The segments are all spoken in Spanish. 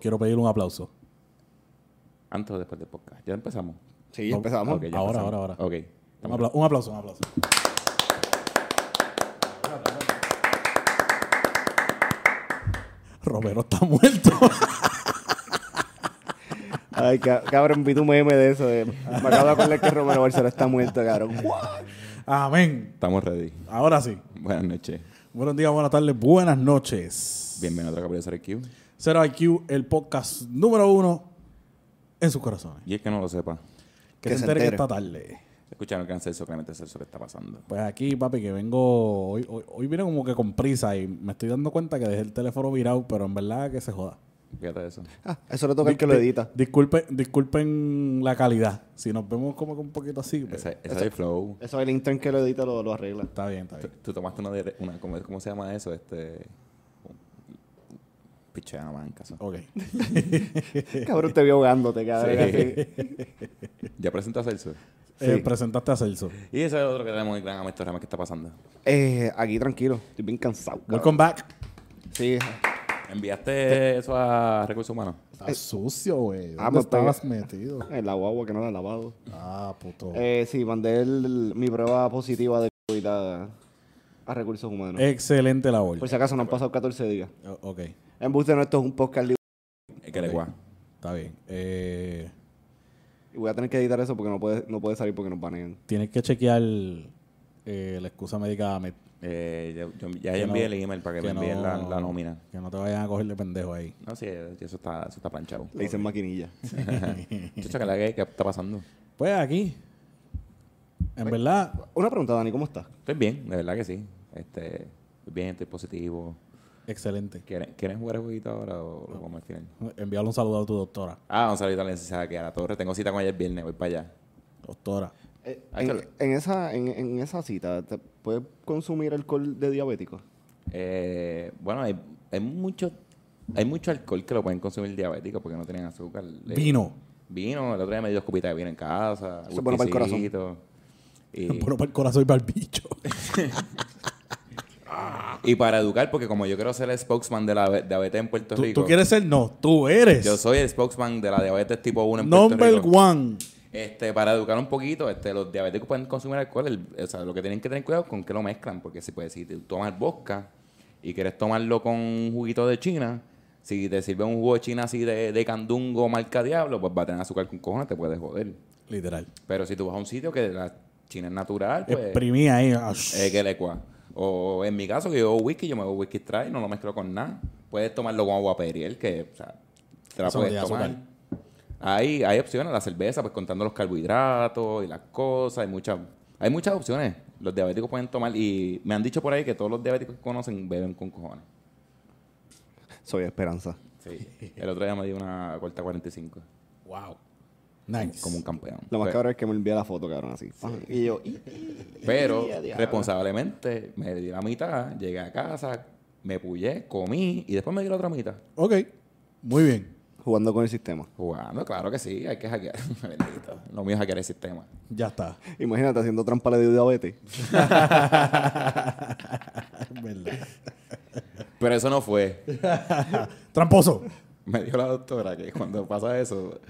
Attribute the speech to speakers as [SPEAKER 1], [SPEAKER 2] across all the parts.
[SPEAKER 1] quiero pedir un aplauso.
[SPEAKER 2] Antes o después del podcast. Ya empezamos.
[SPEAKER 3] Sí,
[SPEAKER 1] No,
[SPEAKER 3] empezamos.
[SPEAKER 2] Ok, ya
[SPEAKER 1] ahora,
[SPEAKER 2] empezamos.
[SPEAKER 1] ahora, ahora.
[SPEAKER 2] Ok.
[SPEAKER 1] Un,
[SPEAKER 2] Estamos-
[SPEAKER 1] apla- un aplauso, un aplauso. Romero está muerto.
[SPEAKER 3] Ay, ca- cabrón, vi tu meme de eso. de- me acabo de acordar que Romero Barceló está muerto, cabrón.
[SPEAKER 1] Amén.
[SPEAKER 2] Estamos ready.
[SPEAKER 1] Ahora sí.
[SPEAKER 2] Buenas noches.
[SPEAKER 1] Buenos días, buenas tardes, buenas noches.
[SPEAKER 2] Bienvenido a otra capilla de CRQ.
[SPEAKER 1] Cero IQ, el podcast número uno en sus corazones.
[SPEAKER 2] Y el que no lo sepa,
[SPEAKER 1] Que, se entere que está tarde.
[SPEAKER 2] escucharon que Celso, Clemente Celso, que está pasando.
[SPEAKER 1] Pues aquí, papi, que vengo. Hoy, hoy, hoy vine como que con prisa y me estoy dando cuenta que dejé el teléfono virado, pero en verdad que se joda.
[SPEAKER 2] Fíjate eso.
[SPEAKER 3] Ah, eso le toca al que lo
[SPEAKER 1] Di- di-
[SPEAKER 3] edita.
[SPEAKER 1] Disculpen, disculpen la calidad. Si nos vemos como que un poquito así. pues,
[SPEAKER 2] Ese, ese es el flow.
[SPEAKER 3] Eso el intern que lo edita lo, lo arregla.
[SPEAKER 1] Está bien, está
[SPEAKER 2] Tú,
[SPEAKER 1] bien.
[SPEAKER 2] tú tomaste una, de, una ¿cómo, cómo se llama eso? Este... Pichea manca. eso.
[SPEAKER 1] Ok.
[SPEAKER 3] Cabrón, te vio ahogándote, cabrón.
[SPEAKER 2] Sí. Ya presentó a Celso.
[SPEAKER 1] Eh,
[SPEAKER 3] Sí.
[SPEAKER 1] presentaste a Celso.
[SPEAKER 2] Y ese es otro que tenemos el gran amistoso que está pasando.
[SPEAKER 3] así. Eh, aquí tranquilo, estoy bien cansado. cabrón.
[SPEAKER 1] Welcome back.
[SPEAKER 2] Eh,
[SPEAKER 3] Sí.
[SPEAKER 2] ¿Enviaste eso a Recursos Humanos?
[SPEAKER 1] Estás sucio, güey.
[SPEAKER 3] Ah,
[SPEAKER 1] ¿Dónde
[SPEAKER 2] pues,
[SPEAKER 3] me pegué.
[SPEAKER 2] eh,
[SPEAKER 1] estabas metido?
[SPEAKER 3] En la guagua que no la han lavado.
[SPEAKER 1] Ah, puto.
[SPEAKER 3] Eh, sí, mandé el- mi prueba positiva de COVID a, a recursos
[SPEAKER 1] Eh.
[SPEAKER 3] humanos.
[SPEAKER 1] Excelente labor.
[SPEAKER 2] pues,
[SPEAKER 3] Por si acaso no han pasado 14 días.
[SPEAKER 1] O- ok,
[SPEAKER 3] En busca no, esto es un podcast libre.
[SPEAKER 2] El que le guá.
[SPEAKER 1] está bien. Eh,
[SPEAKER 3] Y voy a tener que editar eso porque no puede, no puede salir porque nos banean.
[SPEAKER 1] tienes que chequear eh, la excusa médica Med-
[SPEAKER 2] Eh, ya yo- ya
[SPEAKER 1] Que no-
[SPEAKER 2] envié el email para que, me
[SPEAKER 1] no-
[SPEAKER 2] envíen la, la nómina.
[SPEAKER 1] Que no te vayan a coger de pendejo ahí.
[SPEAKER 2] No, sí, eso está, eso está planchado.
[SPEAKER 3] Le dicen maquinilla.
[SPEAKER 2] Chucho, que la que, que está pasando.
[SPEAKER 1] Pues aquí. En
[SPEAKER 2] Pues,
[SPEAKER 1] verdad,
[SPEAKER 3] Una pregunta, Dani, ¿cómo estás?
[SPEAKER 2] Estoy bien, de verdad que sí. Este, bien, estoy positivo.
[SPEAKER 1] excelente.
[SPEAKER 2] ¿Quieren, quieren jugar el jueguito ahora o lo vamos al final?
[SPEAKER 1] Envíale un saludo a tu doctora.
[SPEAKER 2] Ah, vamos a salir a la licenciada que a la torre. Tengo cita con ella el viernes, voy para allá.
[SPEAKER 1] Doctora.
[SPEAKER 3] Eh,
[SPEAKER 2] Ah,
[SPEAKER 3] en,
[SPEAKER 2] claro.
[SPEAKER 3] en esa, en, en esa cita, ¿te ¿puedes consumir alcohol de diabético?
[SPEAKER 2] Eh, bueno, hay, hay mucho hay mucho alcohol que lo pueden consumir diabéticos porque no tienen azúcar. Eh,
[SPEAKER 1] Vino.
[SPEAKER 2] Vino, el otro día me dio dos copitas de vino en casa.
[SPEAKER 3] Eso es bueno para el corazón.
[SPEAKER 2] whiskycito. Y,
[SPEAKER 1] Bueno, para el corazón y para el bicho.
[SPEAKER 2] y para educar, porque como yo quiero ser el spokesman de la diabetes en Puerto
[SPEAKER 1] ¿Tú,
[SPEAKER 2] Rico.
[SPEAKER 1] tú quieres ser? No, tú eres.
[SPEAKER 2] Yo soy el spokesman de la diabetes tipo 1 en Puerto
[SPEAKER 1] Number
[SPEAKER 2] Rico.
[SPEAKER 1] one.
[SPEAKER 2] Este, para educar un poquito, este, los diabéticos pueden consumir alcohol. el- o sea, lo que tienen que tener cuidado es con qué lo mezclan. Porque si, pues, si tú tomas vodka y quieres tomarlo con un juguito de China, si te sirve un jugo de China así de, de candungo marca diablo, pues va a tener azúcar con cojones, te puedes joder.
[SPEAKER 1] Literal.
[SPEAKER 2] Pero si tú vas a un sitio que la China es natural, pues
[SPEAKER 1] Exprimí ahí. ah,
[SPEAKER 2] es Eh, que le cua. O en mi caso, que yo bebo whisky, yo me bebo whisky straight, no lo mezclo con nada. Puedes tomarlo con agua periel, que o sea, te la
[SPEAKER 1] Eso no
[SPEAKER 2] puedes
[SPEAKER 1] tiene
[SPEAKER 2] tomar.
[SPEAKER 1] azúcar.
[SPEAKER 2] Hay, hay opciones, la cerveza, pues contando los carbohidratos y las cosas, hay muchas, hay muchas opciones. Los diabéticos pueden tomar, y me han dicho por ahí que todos los diabéticos que conocen beben con cojones.
[SPEAKER 3] Soy Esperanza.
[SPEAKER 2] Sí. El otro día me dio una corta 45,
[SPEAKER 1] Wow. Nice.
[SPEAKER 2] como un campeón.
[SPEAKER 3] Lo más
[SPEAKER 2] Pe-
[SPEAKER 3] cabrón es que me envía la foto, cabrón, así. Pan. Y yo, y-
[SPEAKER 2] Pero
[SPEAKER 3] Ya, diablo.
[SPEAKER 2] responsablemente me di la mitad, llegué a casa, me pullé, comí y después me di la otra mitad.
[SPEAKER 1] Ok. Muy bien.
[SPEAKER 3] jugando con el sistema.
[SPEAKER 2] Jugando, claro que sí, hay que hackear. Bendito. Lo mío es hackear el sistema.
[SPEAKER 1] Ya está.
[SPEAKER 3] Imagínate haciendo trampa de diabetes.
[SPEAKER 1] Es verdad.
[SPEAKER 2] Pero eso no fue.
[SPEAKER 1] Tramposo.
[SPEAKER 2] Me dijo la doctora que cuando pasa eso,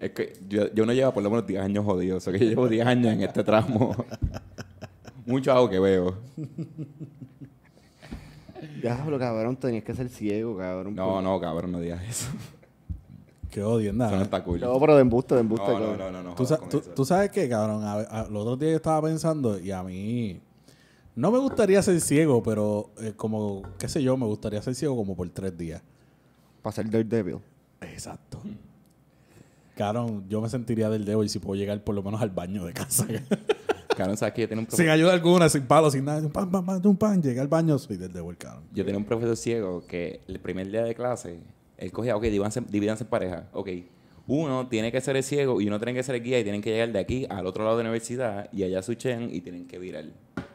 [SPEAKER 2] es que yo, yo no llevo por lo menos 10 años jodido, o sea que yo llevo 10 años en este tramo. Mucho algo que veo.
[SPEAKER 3] Diablo, cabrón, tenías que ser ciego, cabrón.
[SPEAKER 2] No, no, cabrón, no digas eso.
[SPEAKER 1] Qué odio,
[SPEAKER 2] Eso no
[SPEAKER 1] nada.
[SPEAKER 2] está cool.
[SPEAKER 3] No,
[SPEAKER 2] No,
[SPEAKER 3] pero de embuste, de embuste.
[SPEAKER 2] no,
[SPEAKER 3] cabrón.
[SPEAKER 2] no, no, no.
[SPEAKER 1] ¿Tú,
[SPEAKER 2] jodas
[SPEAKER 1] sa-
[SPEAKER 2] con
[SPEAKER 1] tú-
[SPEAKER 2] eso.
[SPEAKER 1] tú sabes qué, cabrón? A- a- los otros días yo estaba pensando y a mí no me gustaría ser ciego, pero eh, como, qué sé yo, me gustaría ser ciego como por tres días.
[SPEAKER 3] Para ser Daredevil.
[SPEAKER 1] Exacto. Cabrón, yo me sentiría del dedo y si puedo llegar por lo menos al baño de casa.
[SPEAKER 2] Cabrón, sabes que yo tenía un
[SPEAKER 1] sin ayuda alguna, sin palo, sin nada. Un pan, pan, pan, un pan. Llegué al baño, soy del dedo, el cabrón.
[SPEAKER 2] Yo tenía un profesor ciego que el primer día de clase, él cogía, ok, divídanse, divídanse en pareja, ok. Uno tiene que ser el ciego y uno tiene que ser el guía y tienen que llegar de aquí al otro lado de la universidad y allá suchen y tienen que virar.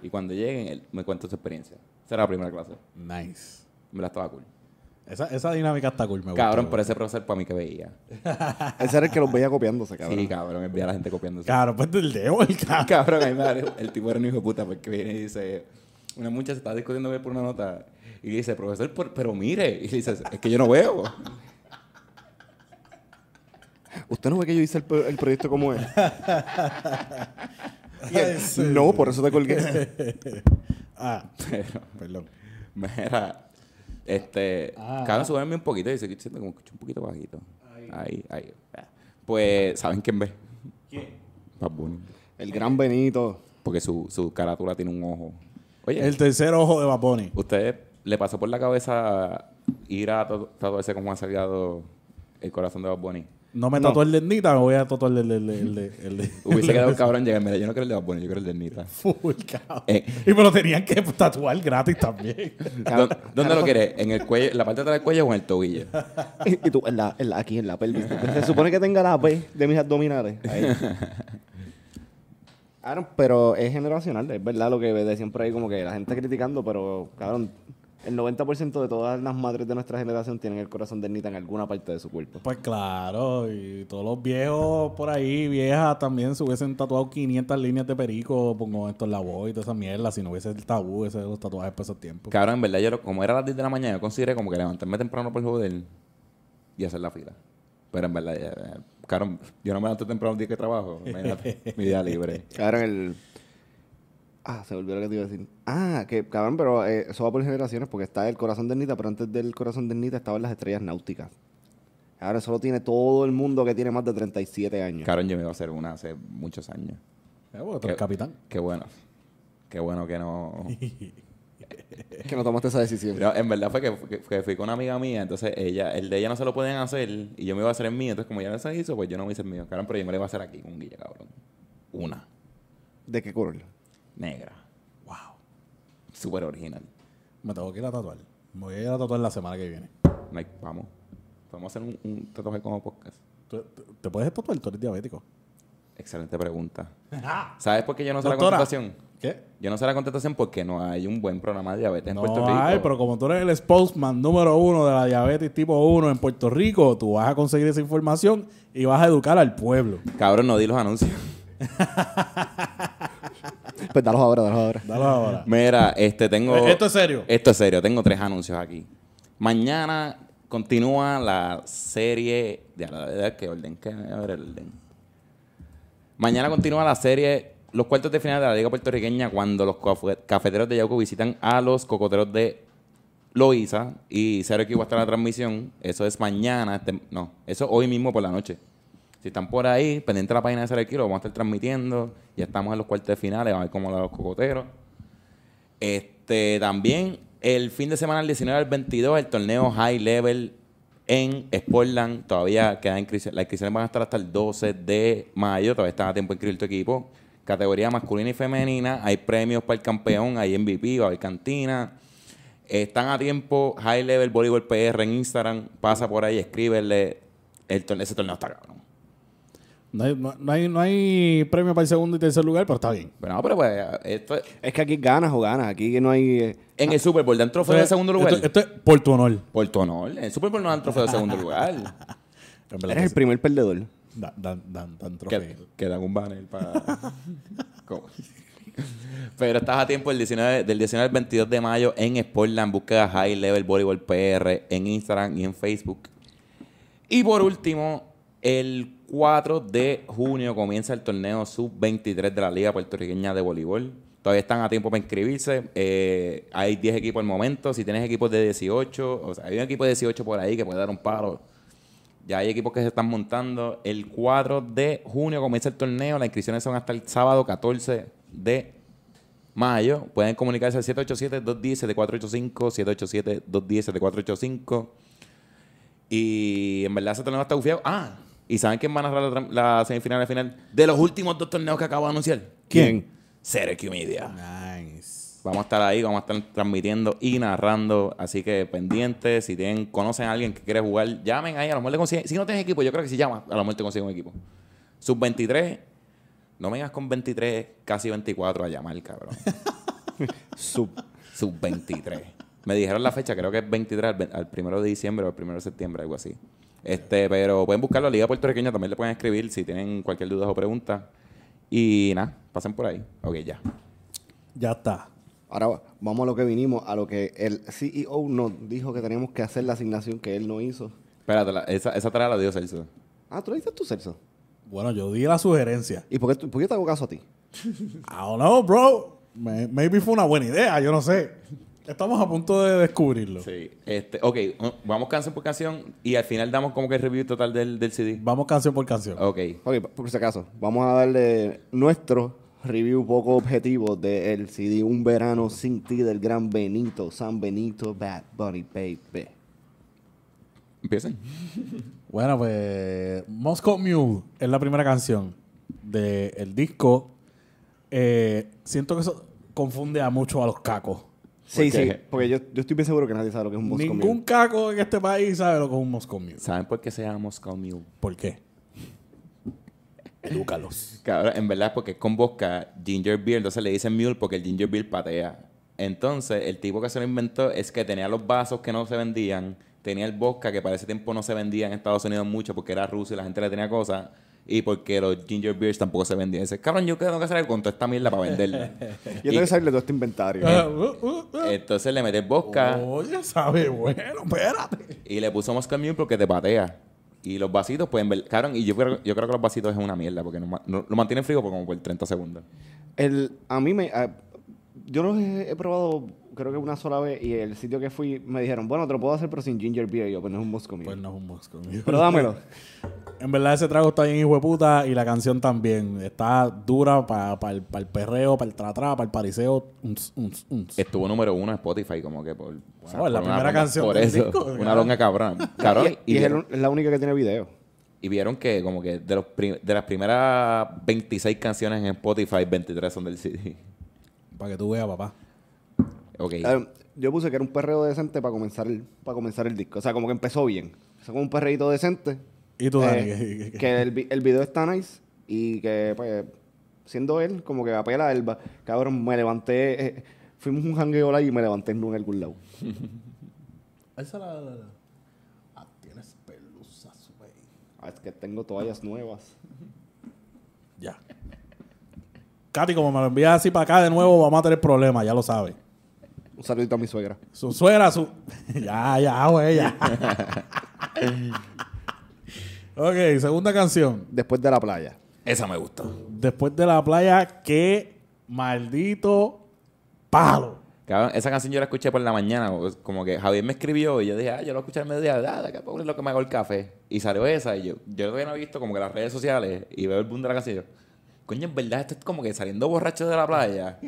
[SPEAKER 2] Y cuando lleguen, él me cuenta su experiencia. Esa era la primera clase.
[SPEAKER 1] Nice.
[SPEAKER 2] Me la estaba cool.
[SPEAKER 1] Esa, esa dinámica está cool, me gusta.
[SPEAKER 2] Cabrón, pero ese profesor para mí que veía.
[SPEAKER 3] Ese era el que los veía copiándose, cabrón.
[SPEAKER 2] Sí, cabrón, él veía a la gente copiando.
[SPEAKER 1] Cabrón, pues del dedo, el cabrón.
[SPEAKER 2] Cabrón, ahí me da- el tipo era un hijo de puta porque viene y dice, una muchacha está discutiendo por una nota y dice, profesor, por- pero mire, y dice, es que yo no veo.
[SPEAKER 3] ¿Usted no ve que yo hice el, pro- el proyecto como es? Y él,
[SPEAKER 1] Ay, sí.
[SPEAKER 3] No, por eso te colgué.
[SPEAKER 1] Ah, perdón.
[SPEAKER 2] Mira, este,
[SPEAKER 1] Ah.
[SPEAKER 2] cabrón, súbeme un poquito. Dice que siento como que escucho un poquito bajito. Ahí, ahí. Pues, ¿saben quién ve?
[SPEAKER 1] ¿Quién?
[SPEAKER 2] Bad Bunny.
[SPEAKER 3] El gran Benito.
[SPEAKER 2] Porque su, su carátula tiene un ojo. Oye,
[SPEAKER 1] El tercer ojo de Baboni.
[SPEAKER 2] ¿ustedes le pasó por la cabeza ir a tatu- tatuarse con Juan Salgado el corazón de Bad Bunny?
[SPEAKER 1] No me
[SPEAKER 3] No.
[SPEAKER 1] tatuó el dernita, me voy a tatuar el de. El de, el de, el de-
[SPEAKER 2] Hubiese quedado cabrón llegar. Mira, yo no quiero el de Bad Bunny, yo quiero el de Nita.
[SPEAKER 1] Full, cabrón.
[SPEAKER 2] Eh.
[SPEAKER 1] Y me lo tenían que tatuar gratis también.
[SPEAKER 2] ¿Dó- ¿Dónde lo quieres? ¿En el cuello, en la parte de atrás del cuello o en el tobillo?
[SPEAKER 3] Y tú, en la- en la- aquí en la pelvis. Se supone que tenga la B de mis abdominales. Ahí. Cabrón, pero es generacional, es verdad lo que de siempre hay como que la gente criticando, pero cabrón, el 90% de todas las madres de nuestra generación tienen el corazón de Nita en alguna parte de su cuerpo.
[SPEAKER 1] Pues claro, y todos los viejos por ahí, viejas también, se hubiesen tatuado 500 líneas de perico, pongo esto en la voz y toda esa mierda, si no hubiese el tabú ese de los tatuajes por esos tiempos.
[SPEAKER 2] Cabrón, en verdad, yo lo- como era las 10 de la mañana, yo consideré como que levantarme temprano por joder y hacer la fila. Pero en verdad, ya- ya- cabrón, yo no me levanto temprano el día que trabajo. Imagínate, mi día libre.
[SPEAKER 3] Cabrón, el... Ah, se volvió lo que te iba a decir. Ah, que cabrón, pero eh, eso va por generaciones porque está el corazón de Nita, pero antes del corazón de Nita estaban las estrellas náuticas. Ahora eso lo tiene todo el mundo que tiene más de 37 años.
[SPEAKER 2] Cabrón, yo me iba a hacer una hace muchos años.
[SPEAKER 1] Eh, bueno, tú eres
[SPEAKER 2] Qué-
[SPEAKER 1] capitán.
[SPEAKER 2] Qué bueno. Qué bueno que no...
[SPEAKER 3] Que no tomaste esa decisión.
[SPEAKER 2] No, en verdad fue que, que- que fui con una amiga mía, entonces ella, el de ella no se lo podían hacer y yo me iba a hacer el mío. Entonces, como ella no se hizo, pues yo no me hice el mío. Cabrón, pero yo me lo iba a hacer aquí con Guilla, cabrón. Una.
[SPEAKER 3] ¿De qué color?
[SPEAKER 2] Negra.
[SPEAKER 1] Wow.
[SPEAKER 2] Súper original.
[SPEAKER 1] Me tengo que ir a tatuar. Me voy a ir a tatuar la semana que viene.
[SPEAKER 2] Like, vamos. Podemos hacer un, un tatuaje como podcast.
[SPEAKER 1] ¿Tú- tú- ¿Te puedes tatuar? Tú eres diabético.
[SPEAKER 2] Excelente pregunta. ¿Sabes por qué yo no sé la
[SPEAKER 1] Doctora.
[SPEAKER 2] contestación?
[SPEAKER 1] ¿Qué?
[SPEAKER 2] Yo no sé la contestación porque no hay un buen programa de diabetes en Puerto
[SPEAKER 1] No,
[SPEAKER 2] Rico.
[SPEAKER 1] ay, pero como tú eres el spokesman número uno de la diabetes tipo 1 en Puerto Rico, tú vas a conseguir esa información y vas a educar al pueblo.
[SPEAKER 2] Cabrón, no di los anuncios.
[SPEAKER 3] Pues dalos ahora, dalos ahora.
[SPEAKER 1] Dalo ahora.
[SPEAKER 2] Mira, este tengo.
[SPEAKER 1] Eh, esto es serio.
[SPEAKER 2] Esto es serio. Tengo tres anuncios aquí. Mañana continúa la serie. Ya, la verdad, que orden. ¿Qué? A ver el orden. Mañana continúa la serie. Los cuartos de final de la Liga Puertorriqueña cuando los coafu- cafeteros de Yauco visitan a los cocoteros de Loiza y Cero X va a estar en la transmisión. Eso es mañana. este- no, eso hoy mismo por la noche. Si están por ahí, pendiente de la página de Cero X, lo vamos a estar transmitiendo. Ya estamos en los cuartos de finales, vamos a ver cómo le va a los cocoteros. Este, también el fin de semana, del 19 al 22, el torneo High Level en Sportland. Todavía queda en inscripciones. Las inscripciones van a estar hasta el 12 de mayo. Todavía están a tiempo de inscribir tu equipo. Categoría masculina y femenina. Hay premios para el campeón. Hay MVP, va a haber cantina. Están a tiempo High Level Volleyball PR en Instagram. Pasa por ahí, escríbele. El torneo, ese torneo está cabrón.
[SPEAKER 1] No hay, no- no hay- no hay premio para el segundo y tercer lugar, pero está bien.
[SPEAKER 2] Pero no, pero pues, esto es-
[SPEAKER 3] Es que aquí ganas o ganas, aquí no hay... eh,
[SPEAKER 2] en el Super Bowl dan trofeo de segundo lugar.
[SPEAKER 1] Esto, esto es por tu honor.
[SPEAKER 2] Por tu honor. En el Super Bowl no dan trofeo de segundo lugar.
[SPEAKER 1] En verdad
[SPEAKER 3] Eres
[SPEAKER 1] que
[SPEAKER 3] el
[SPEAKER 1] sí.
[SPEAKER 3] primer perdedor.
[SPEAKER 1] Dan, dan, dan, dan
[SPEAKER 2] que,
[SPEAKER 1] trofeo.
[SPEAKER 2] que dan un banner para... ¿Cómo? Pero estás a tiempo el 19, del 19 al 22 de mayo en Sportland. Busca High Level Volleyball PR en Instagram y en Facebook. Y por último, el 4 de junio comienza el torneo sub-23 de la Liga Puertorriqueña de Voleibol. Todavía están a tiempo para inscribirse. Eh, hay 10 equipos al momento. Si tienes equipos de 18, o sea, hay un equipo de 18 por ahí que puede dar un paro. Ya hay equipos que se están montando. El 4 de junio comienza el torneo. Las inscripciones son hasta el sábado 14 de mayo. Pueden comunicarse al 787-210-7485. 787-210-7485. Y en verdad ese torneo está gufiado. Ah, ¿y saben quién va a narrar la, tran- la semifinal y la final de los últimos dos torneos que acabo de anunciar?
[SPEAKER 1] ¿Quién?
[SPEAKER 2] Cero Q Media.
[SPEAKER 1] Nice.
[SPEAKER 2] Vamos a estar ahí, vamos a estar transmitiendo y narrando. Así que pendientes, si tienen, conocen a alguien que quiere jugar, llamen ahí. A lo mejor le consiguen. Si no tienes equipo, yo creo que si llamas, a lo mejor te consiguen un equipo. Sub 23, no me vengas con 23, casi 24 a llamar, cabrón.
[SPEAKER 3] Sub.
[SPEAKER 2] Sub 23. Me dijeron la fecha, creo que es 23 al, ve- al primero de diciembre o al primero de septiembre, algo así. Este, pero pueden buscarlo a Liga Puertorriqueña, también le pueden escribir si tienen cualquier duda o pregunta. Y nada, pasen por ahí. Ok, ya.
[SPEAKER 1] Ya está.
[SPEAKER 3] Ahora va- vamos a lo que vinimos, a lo que el E CEO nos dijo que teníamos que hacer la asignación que él no hizo.
[SPEAKER 2] Espérate, la- esa, esa tarea la dio Celso.
[SPEAKER 3] Ah, tú le dices tú, Celso.
[SPEAKER 1] Bueno, yo di la sugerencia.
[SPEAKER 3] ¿Y por qué, tú- por qué te hago caso a ti?
[SPEAKER 1] I don't know, bro. May- Maybe fue una buena idea, yo no sé. Estamos a punto de descubrirlo.
[SPEAKER 2] Sí. Este, ok, uh, vamos canción por canción y al final damos como que el review total del, del CD.
[SPEAKER 1] Vamos canción por canción.
[SPEAKER 2] Ok.
[SPEAKER 3] Ok, por si acaso, vamos a darle nuestro review poco objetivo de el CD Un Verano Sin Ti del gran Benito, San Benito, Bad Bunny Baby.
[SPEAKER 2] Empiecen.
[SPEAKER 1] Bueno, pues Moscow Mule es la primera canción del disco. Eh, siento que eso confunde a muchos a los cacos.
[SPEAKER 3] Sí,
[SPEAKER 2] ¿Por qué?
[SPEAKER 3] sí, porque yo, yo estoy bien seguro que nadie sabe lo que es un Moscow
[SPEAKER 1] Ningún
[SPEAKER 3] Mule.
[SPEAKER 1] caco en este país sabe lo que es un Moscow Mule.
[SPEAKER 2] ¿Saben por qué se llama Moscow Mule?
[SPEAKER 1] ¿Por qué? Edúcalos.
[SPEAKER 2] Cabrón, en verdad es porque es con vodka, ginger beer, entonces le dicen mule porque el ginger beer patea. Entonces, el tipo que se lo inventó es que tenía los vasos que no se vendían, tenía el vodka que para ese tiempo no se vendía en Estados Unidos mucho porque era ruso y la gente le tenía cosas, y porque los ginger beers tampoco se vendían. Dice, cabrón, yo qué tengo que hacer con toda esta mierda para venderla.
[SPEAKER 3] Yo
[SPEAKER 2] Y-
[SPEAKER 3] tengo que salirle todo este inventario.
[SPEAKER 1] Ah, uh, uh, uh.
[SPEAKER 2] entonces le metes vodka
[SPEAKER 1] Oye, sabe, bueno, espérate.
[SPEAKER 2] y le puso Moscow Mule porque te patea. Y los vasitos pueden ver, cabrón, y yo creo, yo creo que los vasitos es una mierda porque no ma- no- lo mantienen frío por como por 30 segundos.
[SPEAKER 3] El, a mí me. a- yo los he, he probado, creo que una sola vez, y el sitio que fui me dijeron, bueno, te lo puedo hacer, pero sin ginger beer. Y yo, pues no es un Moscow Mule.
[SPEAKER 1] Pues no es un Moscow Mule.
[SPEAKER 3] Pero dámelo.
[SPEAKER 1] En verdad ese trago está bien hijo de puta y la canción también. Está dura para el, pa el perreo, para el tratra, para el pariseo. Uns, uns, uns.
[SPEAKER 2] estuvo número uno en Spotify, como que por.
[SPEAKER 1] es la
[SPEAKER 2] por una
[SPEAKER 1] primera
[SPEAKER 2] longa-
[SPEAKER 1] canción
[SPEAKER 2] Por
[SPEAKER 1] del
[SPEAKER 2] eso.
[SPEAKER 1] disco,
[SPEAKER 2] una
[SPEAKER 1] ¿verdad?
[SPEAKER 2] longa cabrón. Cabrón.
[SPEAKER 3] y
[SPEAKER 2] y,
[SPEAKER 3] es, el-
[SPEAKER 2] vieron,
[SPEAKER 3] es la única que tiene video.
[SPEAKER 2] y vieron que, como que de, los prim- de las primeras 26 canciones en Spotify, 23 son del CD.
[SPEAKER 1] Para que tú veas, papá.
[SPEAKER 2] Ok.
[SPEAKER 3] Um, yo puse que era un perreo decente para comenzar, el, para comenzar el disco. O sea, como que empezó bien. O sea, como un perreíto decente.
[SPEAKER 1] ¿Y tú,
[SPEAKER 3] Eh,
[SPEAKER 1] Dani? ¿Qué- qué- qué?
[SPEAKER 3] que el, vi- el video está nice y que, pues, siendo él, como que apela a él. va- Cabrón, me levanté. eh, fuimos un jangueo ahí y me levanté en un algún lado.
[SPEAKER 1] Esa la, la, la. Ah, tienes pelusas, güey.
[SPEAKER 3] Ah, es que tengo toallas nuevas.
[SPEAKER 1] Ya. Katy, como me lo envías así para acá de nuevo, vamos a tener problemas, ya lo sabes.
[SPEAKER 3] Un saludito a mi suegra.
[SPEAKER 1] Su suegra, su. ya, ya, ah, güey, ya. ok, segunda canción.
[SPEAKER 3] Después de la playa.
[SPEAKER 2] Esa me gustó.
[SPEAKER 1] Después de la playa, qué maldito palo.
[SPEAKER 2] Cabrón, esa canción yo la escuché por la mañana. o- Como que Javier me escribió y yo dije, ah, yo la escuché al mediodía. Ah, de acá pobre lo que me hago el café. Y salió esa. Y yo, yo todavía no he visto como que las redes sociales y veo el boom de la canción. y yo, Coño, en verdad, esto es como que saliendo borracho de la playa.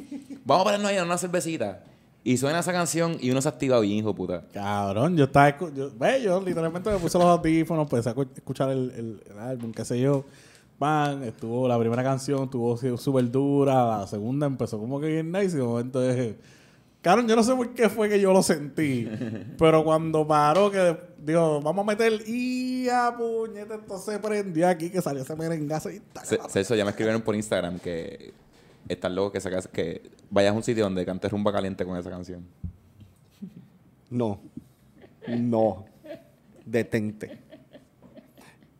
[SPEAKER 2] Vamos a ponernos ahí a una cervecita. Y suena esa canción y uno se activa bien, hijo de puta.
[SPEAKER 1] Cabrón, yo estaba. escu- Yo, ve, yo literalmente me puse los audífonos, empecé a cu- escuchar el, el- el álbum, qué sé yo. Pan, estuvo la primera canción, estuvo su- súper dura. La segunda empezó como que bien nice. Y de momento dije, Cabrón, yo no sé por qué fue que yo lo sentí. pero cuando paró, que dijo, vamos a meter. Y a puñeta, entonces prendió aquí que salió ese merengazo. Y ta-
[SPEAKER 2] Ce- Celso, ya me escribieron por Instagram que estás loco que, sacas, que vayas a un sitio donde cantes rumba caliente con esa canción.
[SPEAKER 3] No. No. Detente.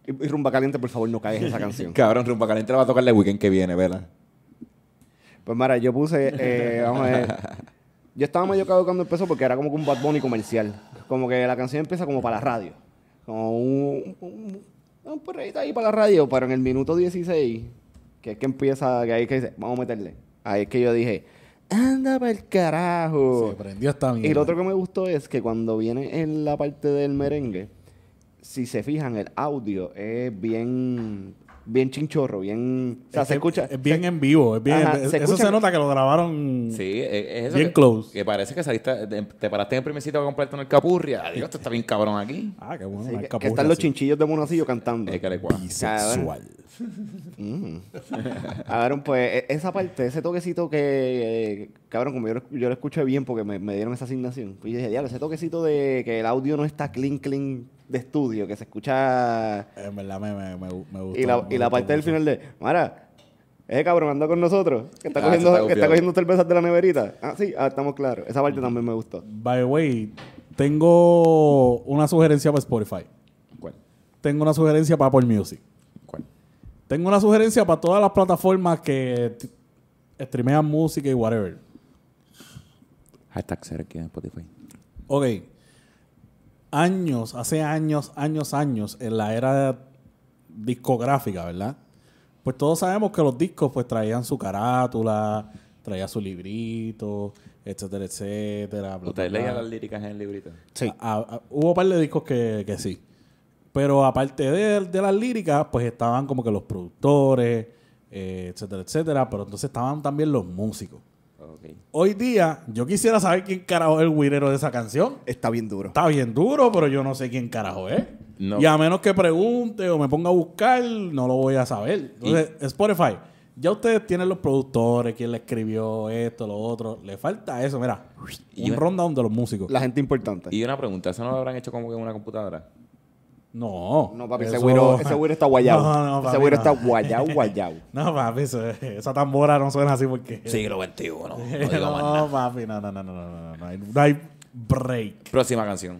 [SPEAKER 3] Y, y rumba caliente, por favor, no caigas en esa canción.
[SPEAKER 2] Cabrón, rumba caliente la va a tocar el weekend que viene, ¿verdad?
[SPEAKER 3] Pues Mara, yo puse, eh, vamos a ver. Yo estaba medio caducando cuando empezó porque era como que un Bad Bunny comercial. Como que la canción empieza como para la radio. Como un, un, un perreíto ahí para la radio, pero en el minuto 16, que es que empieza, que ahí es que dice, vamos a meterle. Ahí es que yo dije, anda para el carajo.
[SPEAKER 1] Se prendió esta mierda.
[SPEAKER 3] Y lo otro que me gustó es que cuando viene en la parte del merengue, si se fijan, el audio es bien, bien chinchorro, bien... O sea,
[SPEAKER 1] Es
[SPEAKER 3] se
[SPEAKER 1] que
[SPEAKER 3] escucha...
[SPEAKER 1] Es bien en vivo. Es bien,
[SPEAKER 3] Ajá,
[SPEAKER 1] es-
[SPEAKER 3] se
[SPEAKER 1] eso
[SPEAKER 3] escucha-
[SPEAKER 1] se nota que lo grabaron.
[SPEAKER 2] Sí, e- es eso.
[SPEAKER 1] Bien
[SPEAKER 2] que-
[SPEAKER 1] close.
[SPEAKER 2] Que parece que saliste, te- te paraste en el primecito a comprarte una alcapurria. Dios, esto está bien cabrón aquí.
[SPEAKER 1] Ah, qué bueno.
[SPEAKER 3] Sí,
[SPEAKER 1] la
[SPEAKER 3] que, que
[SPEAKER 1] capurria,
[SPEAKER 3] están los
[SPEAKER 1] sí.
[SPEAKER 3] chinchillos de Monacillo cantando.
[SPEAKER 2] Es que le cuadra.
[SPEAKER 1] Bisexual.
[SPEAKER 3] Cabrón, pues e- esa parte, ese toquecito que, eh, cabrón, como yo lo, yo lo escuché bien porque me, me dieron esa asignación. Pues yo dije, diablo, ese toquecito de que el audio no está clean, clean de estudio, que se escucha...
[SPEAKER 1] En verdad me, me, me, me gustó.
[SPEAKER 3] Y la,
[SPEAKER 1] me
[SPEAKER 3] y la
[SPEAKER 1] gustó
[SPEAKER 3] parte del
[SPEAKER 1] mucho.
[SPEAKER 3] final de, Mara, ese cabrón anda con nosotros, que está,
[SPEAKER 2] Ah,
[SPEAKER 3] cogiendo,
[SPEAKER 2] eso está
[SPEAKER 3] que está
[SPEAKER 2] gufiado.
[SPEAKER 3] cogiendo cervezas de la neverita. Ah, sí, ah, estamos claros. Esa parte también me gustó.
[SPEAKER 1] By the way, tengo una sugerencia para Spotify.
[SPEAKER 2] ¿Cuál?
[SPEAKER 1] Tengo una sugerencia para Apple Music.
[SPEAKER 2] ¿Cuál?
[SPEAKER 1] Tengo una sugerencia para todas las plataformas que t- streamean música y whatever.
[SPEAKER 2] Hashtag ser aquí en Spotify.
[SPEAKER 1] Ok. Años, hace años, años, años, en la era discográfica, ¿verdad? Pues todos sabemos que los discos pues traían su carátula, traía su librito, etcétera, etcétera. bla,
[SPEAKER 2] Ustedes
[SPEAKER 1] bla,
[SPEAKER 2] leían
[SPEAKER 1] bla.
[SPEAKER 2] las líricas en el librito.
[SPEAKER 3] Sí.
[SPEAKER 1] A- a- hubo un par de discos que, que sí. Pero aparte de, de las líricas, pues estaban como que los productores, eh, etcétera, etcétera. Pero entonces estaban también los músicos.
[SPEAKER 2] Ok.
[SPEAKER 1] Hoy día, yo quisiera saber quién carajo es el winero de esa canción.
[SPEAKER 3] Está bien duro.
[SPEAKER 1] Está bien duro, pero yo no sé quién carajo es.
[SPEAKER 2] No.
[SPEAKER 1] Y a menos que pregunte o me ponga a buscar, no lo voy a saber. Entonces, Spotify, ya ustedes tienen los productores, quién le escribió esto, lo otro. Le falta eso, mira.
[SPEAKER 2] Y
[SPEAKER 1] Un
[SPEAKER 2] yo-
[SPEAKER 1] rundown de los músicos.
[SPEAKER 3] La gente importante.
[SPEAKER 2] Y una pregunta, ¿eso no lo habrán hecho como que en una computadora?
[SPEAKER 1] No.
[SPEAKER 3] No, papi, ese
[SPEAKER 1] Eso-
[SPEAKER 3] güiro, ese güiro está guayado.
[SPEAKER 1] No, no,
[SPEAKER 3] ese
[SPEAKER 1] papi,
[SPEAKER 3] güiro
[SPEAKER 1] no.
[SPEAKER 3] está guayado, guayado.
[SPEAKER 1] No, papi, eso- esa tambora no suena así porque.
[SPEAKER 2] Siglo XXI. No
[SPEAKER 1] Eh. No, papi, no, no, no, no, no, no, no, no hay, no hay break.
[SPEAKER 2] Próxima canción.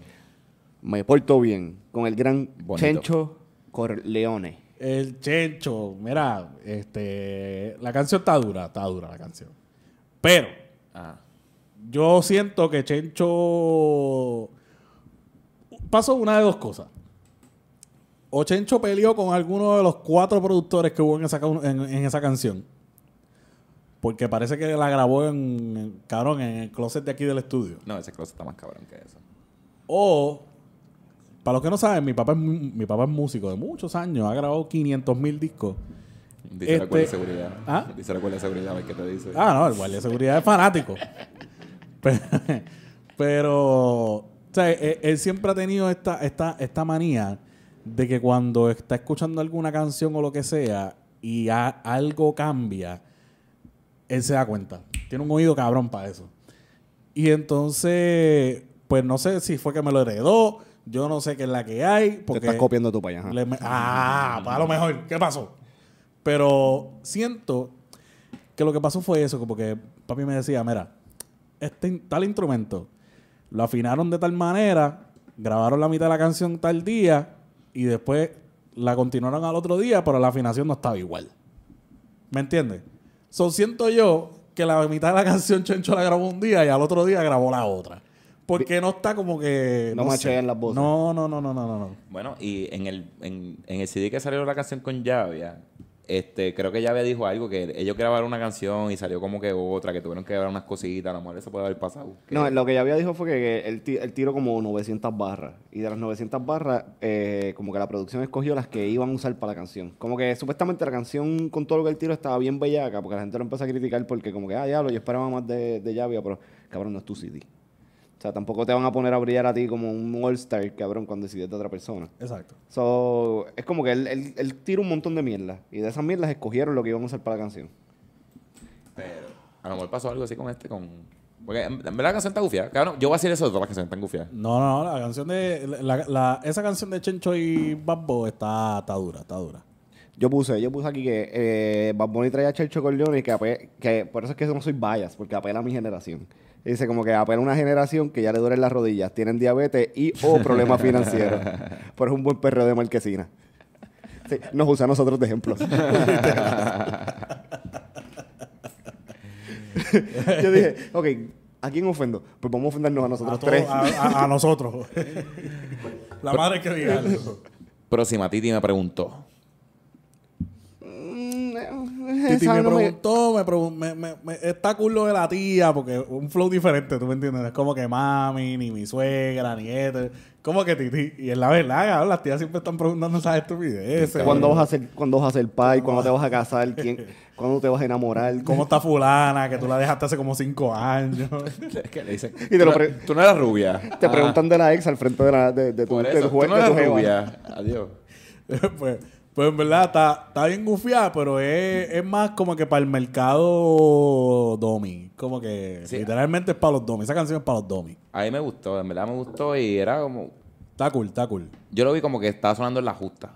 [SPEAKER 3] Me porto bien con el gran
[SPEAKER 2] Bonito.
[SPEAKER 3] Chencho Corleone.
[SPEAKER 1] El Chencho, mira, este, la canción está dura, está dura la canción. Pero
[SPEAKER 2] Ah.
[SPEAKER 1] yo siento que Chencho pasó una de dos cosas. O Chencho peleó con alguno de los cuatro productores que hubo en esa, ca- en, en esa canción. Porque parece que la grabó en, en- cabrón, en el closet de aquí del estudio.
[SPEAKER 2] No, ese closet está más cabrón que eso.
[SPEAKER 1] O, para los que no saben, mi papá es, mu- mi papá es músico de muchos años, ha grabado 500 mil discos.
[SPEAKER 2] Dice la
[SPEAKER 1] Este-
[SPEAKER 2] cuerda de seguridad.
[SPEAKER 1] ¿Ah?
[SPEAKER 2] Dice la cuerda de seguridad, a ver qué te dice.
[SPEAKER 1] Ah, no, el guardia de seguridad es fanático. Pero, pero, o sea, él, él siempre ha tenido esta, esta, esta manía de que cuando está escuchando alguna canción o lo que sea y a- algo cambia, él se da cuenta. Tiene un oído cabrón para eso. Y entonces, pues no sé si fue que me lo heredó, yo no sé qué es la que hay. Porque
[SPEAKER 3] Te estás copiando tu payaja.
[SPEAKER 1] le me- ah, para lo mejor. ¿Qué pasó? Pero siento que lo que pasó fue eso, como que papi me decía, mira, este in- tal instrumento lo afinaron de tal manera, grabaron la mitad de la canción tal día y después la continuaron al otro día, pero la afinación no estaba igual. ¿Me entiendes? So, siento yo que la mitad de la canción Chencho la grabó un día y al otro día grabó la otra. Porque no está como que...
[SPEAKER 3] No
[SPEAKER 1] sé.
[SPEAKER 3] machean las voces.
[SPEAKER 1] No, no, no, no, no, no, no.
[SPEAKER 2] Bueno, y en el, en, en el CD que salió la canción con Llavia, este, creo que Llavia dijo algo, que ellos grabaron una canción y salió como que otra, que tuvieron que grabar unas cositas, a lo mejor eso puede haber pasado. Que-
[SPEAKER 3] No, lo que ya había dicho fue que él, ti- él tiró como 900 barras. Y de las 900 barras, eh, como que la producción escogió las que iban a usar para la canción. Como que supuestamente la canción con todo lo que él tiró estaba bien bellaca, porque la gente lo empezó a criticar porque como que, ah, diablo, yo esperaba más de, de Llavia, pero cabrón, no es tu CD. O sea, tampoco te van a poner a brillar a ti como un all-star, cabrón, cuando decidiste de otra persona.
[SPEAKER 1] Exacto.
[SPEAKER 3] So, es como que él, él, él tira un montón de mierdas. Y de esas mierdas escogieron lo que iban a usar para la canción.
[SPEAKER 2] Pero a lo mejor pasó algo así con este, con... Porque en en verdad la canción está gufiada. Cabrón, yo voy a decir eso de todas las canciones están gufiadas.
[SPEAKER 1] No, no, la canción de. la- la- esa canción de Chencho y Babbo está, está dura, está dura.
[SPEAKER 3] Yo puse, yo puse aquí que eh, Bad Bunny traía a Chelcho Corleone y que, ape- que por eso es que no soy bias, porque apela a mi generación. Y Dice como que apela a una generación que ya le duelen las rodillas, tienen diabetes y o problemas financieros. Pero es un buen perro de marquesina. Sí, nos usa a nosotros de ejemplo. yo dije, ok, ¿a quién ofendo? Pues vamos a ofendernos a nosotros
[SPEAKER 1] A, todo-
[SPEAKER 3] tres.
[SPEAKER 1] a, a- a nosotros. la madre que diga eso.
[SPEAKER 2] Próxima, Titi me preguntó.
[SPEAKER 3] Mm, eh,
[SPEAKER 1] Titi
[SPEAKER 3] esa
[SPEAKER 1] me
[SPEAKER 3] no me-
[SPEAKER 1] preguntó, me pregun- me- me- me- está cool lo de la tía, porque un flow diferente, ¿tú me entiendes? No Es como que mami, ni mi suegra, ni esto. Como que Titi. Y es la verdad, cabrón, las tías siempre están preguntando esas estupideces.
[SPEAKER 3] ¿Cuándo vas a hacer, cuándo vas a hacer pai? ¿Cuándo te vas a casar? ¿Quién, ¿Cuándo te vas a enamorar?
[SPEAKER 1] ¿Cómo está fulana? Que tú la dejaste hace como cinco años.
[SPEAKER 2] ¿Qué le dicen?
[SPEAKER 3] Y te lo
[SPEAKER 2] Tú no-
[SPEAKER 3] pre-
[SPEAKER 2] Tú no eras rubia.
[SPEAKER 3] Te
[SPEAKER 2] Ah,
[SPEAKER 3] preguntan de la ex al frente de, la, de, de tu,
[SPEAKER 2] Por
[SPEAKER 3] de tu
[SPEAKER 2] eso,
[SPEAKER 3] jue-
[SPEAKER 2] tú no
[SPEAKER 3] de
[SPEAKER 2] eras
[SPEAKER 3] tu jeva.
[SPEAKER 2] rubia. Adiós.
[SPEAKER 1] pues, pues en verdad está, está bien gufiada, pero es, es más como que para el mercado domi. Como que
[SPEAKER 2] Sí.
[SPEAKER 1] literalmente es para los domi. Esa canción es para los domi.
[SPEAKER 2] A mí me gustó, en verdad me gustó y era como...
[SPEAKER 1] Está cool, está cool.
[SPEAKER 2] Yo lo vi como que estaba sonando en la justa.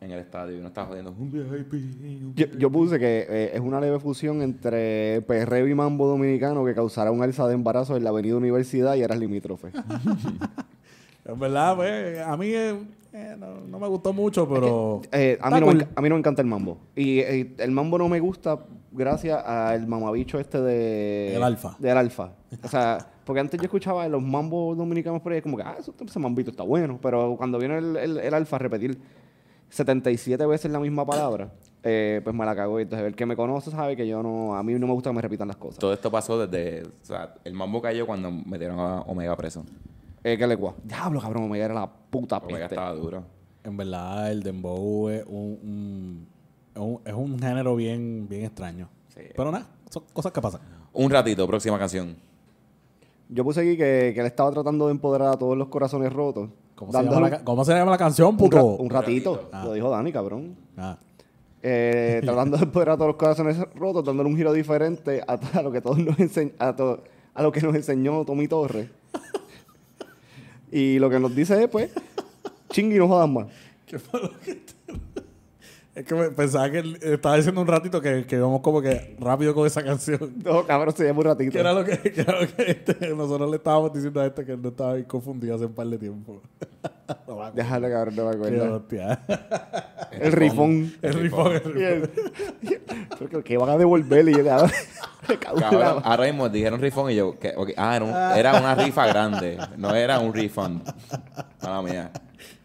[SPEAKER 2] En el estadio. Y uno estaba jodiendo. "Un VIP, un
[SPEAKER 3] Yo, yo puse que eh, es una leve fusión entre perreo y mambo dominicano que causará un alza de embarazo en la avenida Universidad y eras limítrofe.
[SPEAKER 1] En verdad, pues, a mí eh, eh, no, no me gustó mucho, pero.
[SPEAKER 3] Eh, a,
[SPEAKER 1] está
[SPEAKER 3] mí no me,
[SPEAKER 1] cool.
[SPEAKER 3] enca- a mí no me encanta el mambo. Y eh, el mambo no me gusta gracias al mamabicho este de...
[SPEAKER 1] El Alfa.
[SPEAKER 3] Del alfa. O sea, porque antes yo escuchaba los mambos dominicanos por ahí, como que, ah, eso- ese mambito está bueno. Pero cuando viene el, el- el alfa a repetir 77 veces la misma palabra, eh, pues me la cago. Y Entonces, el que me conoce sabe que yo no, a mí no me gusta que me repitan las cosas.
[SPEAKER 2] Todo esto pasó desde. O sea, el mambo cayó cuando metieron a Omega preso.
[SPEAKER 3] Eh, ¿Qué le guá? Diablo, cabrón, Omega era la puta
[SPEAKER 2] Omega
[SPEAKER 3] peste.
[SPEAKER 2] estaba duro.
[SPEAKER 1] En verdad, el dembow es un, un- es un- es un género bien, bien extraño.
[SPEAKER 2] Sí.
[SPEAKER 1] Pero nada, son cosas que pasan.
[SPEAKER 2] Un ratito, próxima canción.
[SPEAKER 3] Yo puse aquí que, que él estaba tratando de empoderar a todos los corazones rotos.
[SPEAKER 1] ¿Cómo, se
[SPEAKER 3] dándole
[SPEAKER 1] llama, la, ca- cómo se llama la canción,
[SPEAKER 3] un, ra-
[SPEAKER 1] puto?
[SPEAKER 3] un ratito.
[SPEAKER 2] ratito.
[SPEAKER 1] Ah.
[SPEAKER 3] Lo dijo Dani, cabrón.
[SPEAKER 1] Ah,
[SPEAKER 3] Eh, tratando de empoderar a todos los corazones rotos, dándole un giro diferente a, a lo que todos nos enseñ- a, to- a lo que nos enseñó Tommy Torres. y lo que nos dice es, pues, chingui no jodas más.
[SPEAKER 1] Es que me- pensaba que él estaba diciendo un ratito que, que íbamos como que rápido con esa canción.
[SPEAKER 3] No, cabrón, se llama un ratito.
[SPEAKER 1] Que era lo que, que era lo que, este, nosotros le estábamos diciendo a este que él no estaba bien confundido hace un par de tiempo. No me acuerdo.
[SPEAKER 3] Déjalo, cabrón, no me
[SPEAKER 1] Qué
[SPEAKER 3] acuerdo.
[SPEAKER 1] hostia.
[SPEAKER 2] Este,
[SPEAKER 3] El rifón.
[SPEAKER 1] El rifón, el
[SPEAKER 3] Y
[SPEAKER 1] rifón.
[SPEAKER 3] el- Creo que- que van a devolverle y era- me cago en la-
[SPEAKER 2] Cabrón, ahora mismo dijeron rifón y yo. que- ok, Ah, era, un- era una rifa grande. No era un rifón. Mala mía.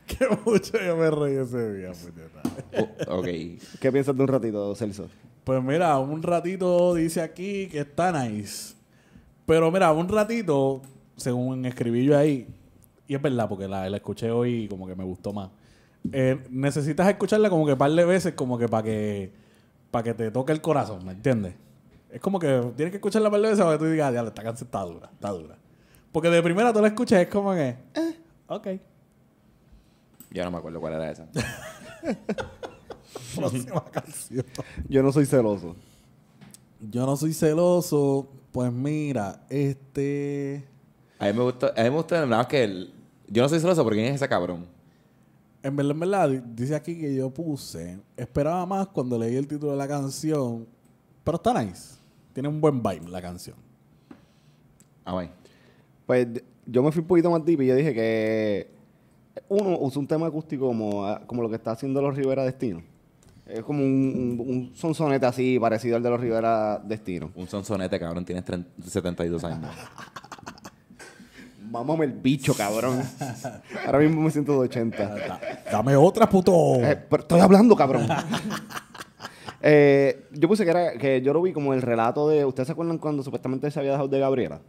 [SPEAKER 1] Que mucho yo me reí ese día, puñeta.
[SPEAKER 2] U- ok.
[SPEAKER 3] ¿Qué piensas de un ratito, Celso?
[SPEAKER 1] Pues mira, un ratito dice aquí que está nice. Pero mira, un ratito, según escribí yo ahí, y es verdad, porque la, la escuché hoy y como que me gustó más. Eh, necesitas escucharla como que par de veces, como que para que, para que te toque el corazón, ¿me entiendes? Es como que tienes que escucharla par de veces para que tú digas, ya, esta canción está dura, está dura. Porque de primera tú la escuchas, es como que, eh, ok.
[SPEAKER 2] Yo no me acuerdo cuál era esa.
[SPEAKER 1] Próxima canción.
[SPEAKER 3] Yo no soy celoso.
[SPEAKER 1] Yo no soy celoso, pues mira, este.
[SPEAKER 2] A mí me gustó, a mí me gustó nada más que el, yo no soy celoso porque quién es ese cabrón.
[SPEAKER 1] En verdad, en verdad, di- dice aquí que yo puse. Esperaba más cuando leí el título de la canción. Pero está nice. Tiene un buen vibe la canción.
[SPEAKER 2] A ver.
[SPEAKER 3] Pues yo me fui un poquito más deep y yo dije que uno usa un tema acústico como, ah, como lo que está haciendo los Rivera Destino. Es como un, un, un sonsonete así parecido al de los Rivera Destino.
[SPEAKER 2] Un sonsonete, cabrón, tienes 30 72 años.
[SPEAKER 3] Mámame el bicho, cabrón. Ahora mismo me siento de 80.
[SPEAKER 1] Da- Dame otra, puto.
[SPEAKER 3] Eh, pero estoy hablando, cabrón. Eh, yo puse que, era, que yo lo vi como el relato de. ¿Ustedes se acuerdan cuando supuestamente se había dejado de Gabriela?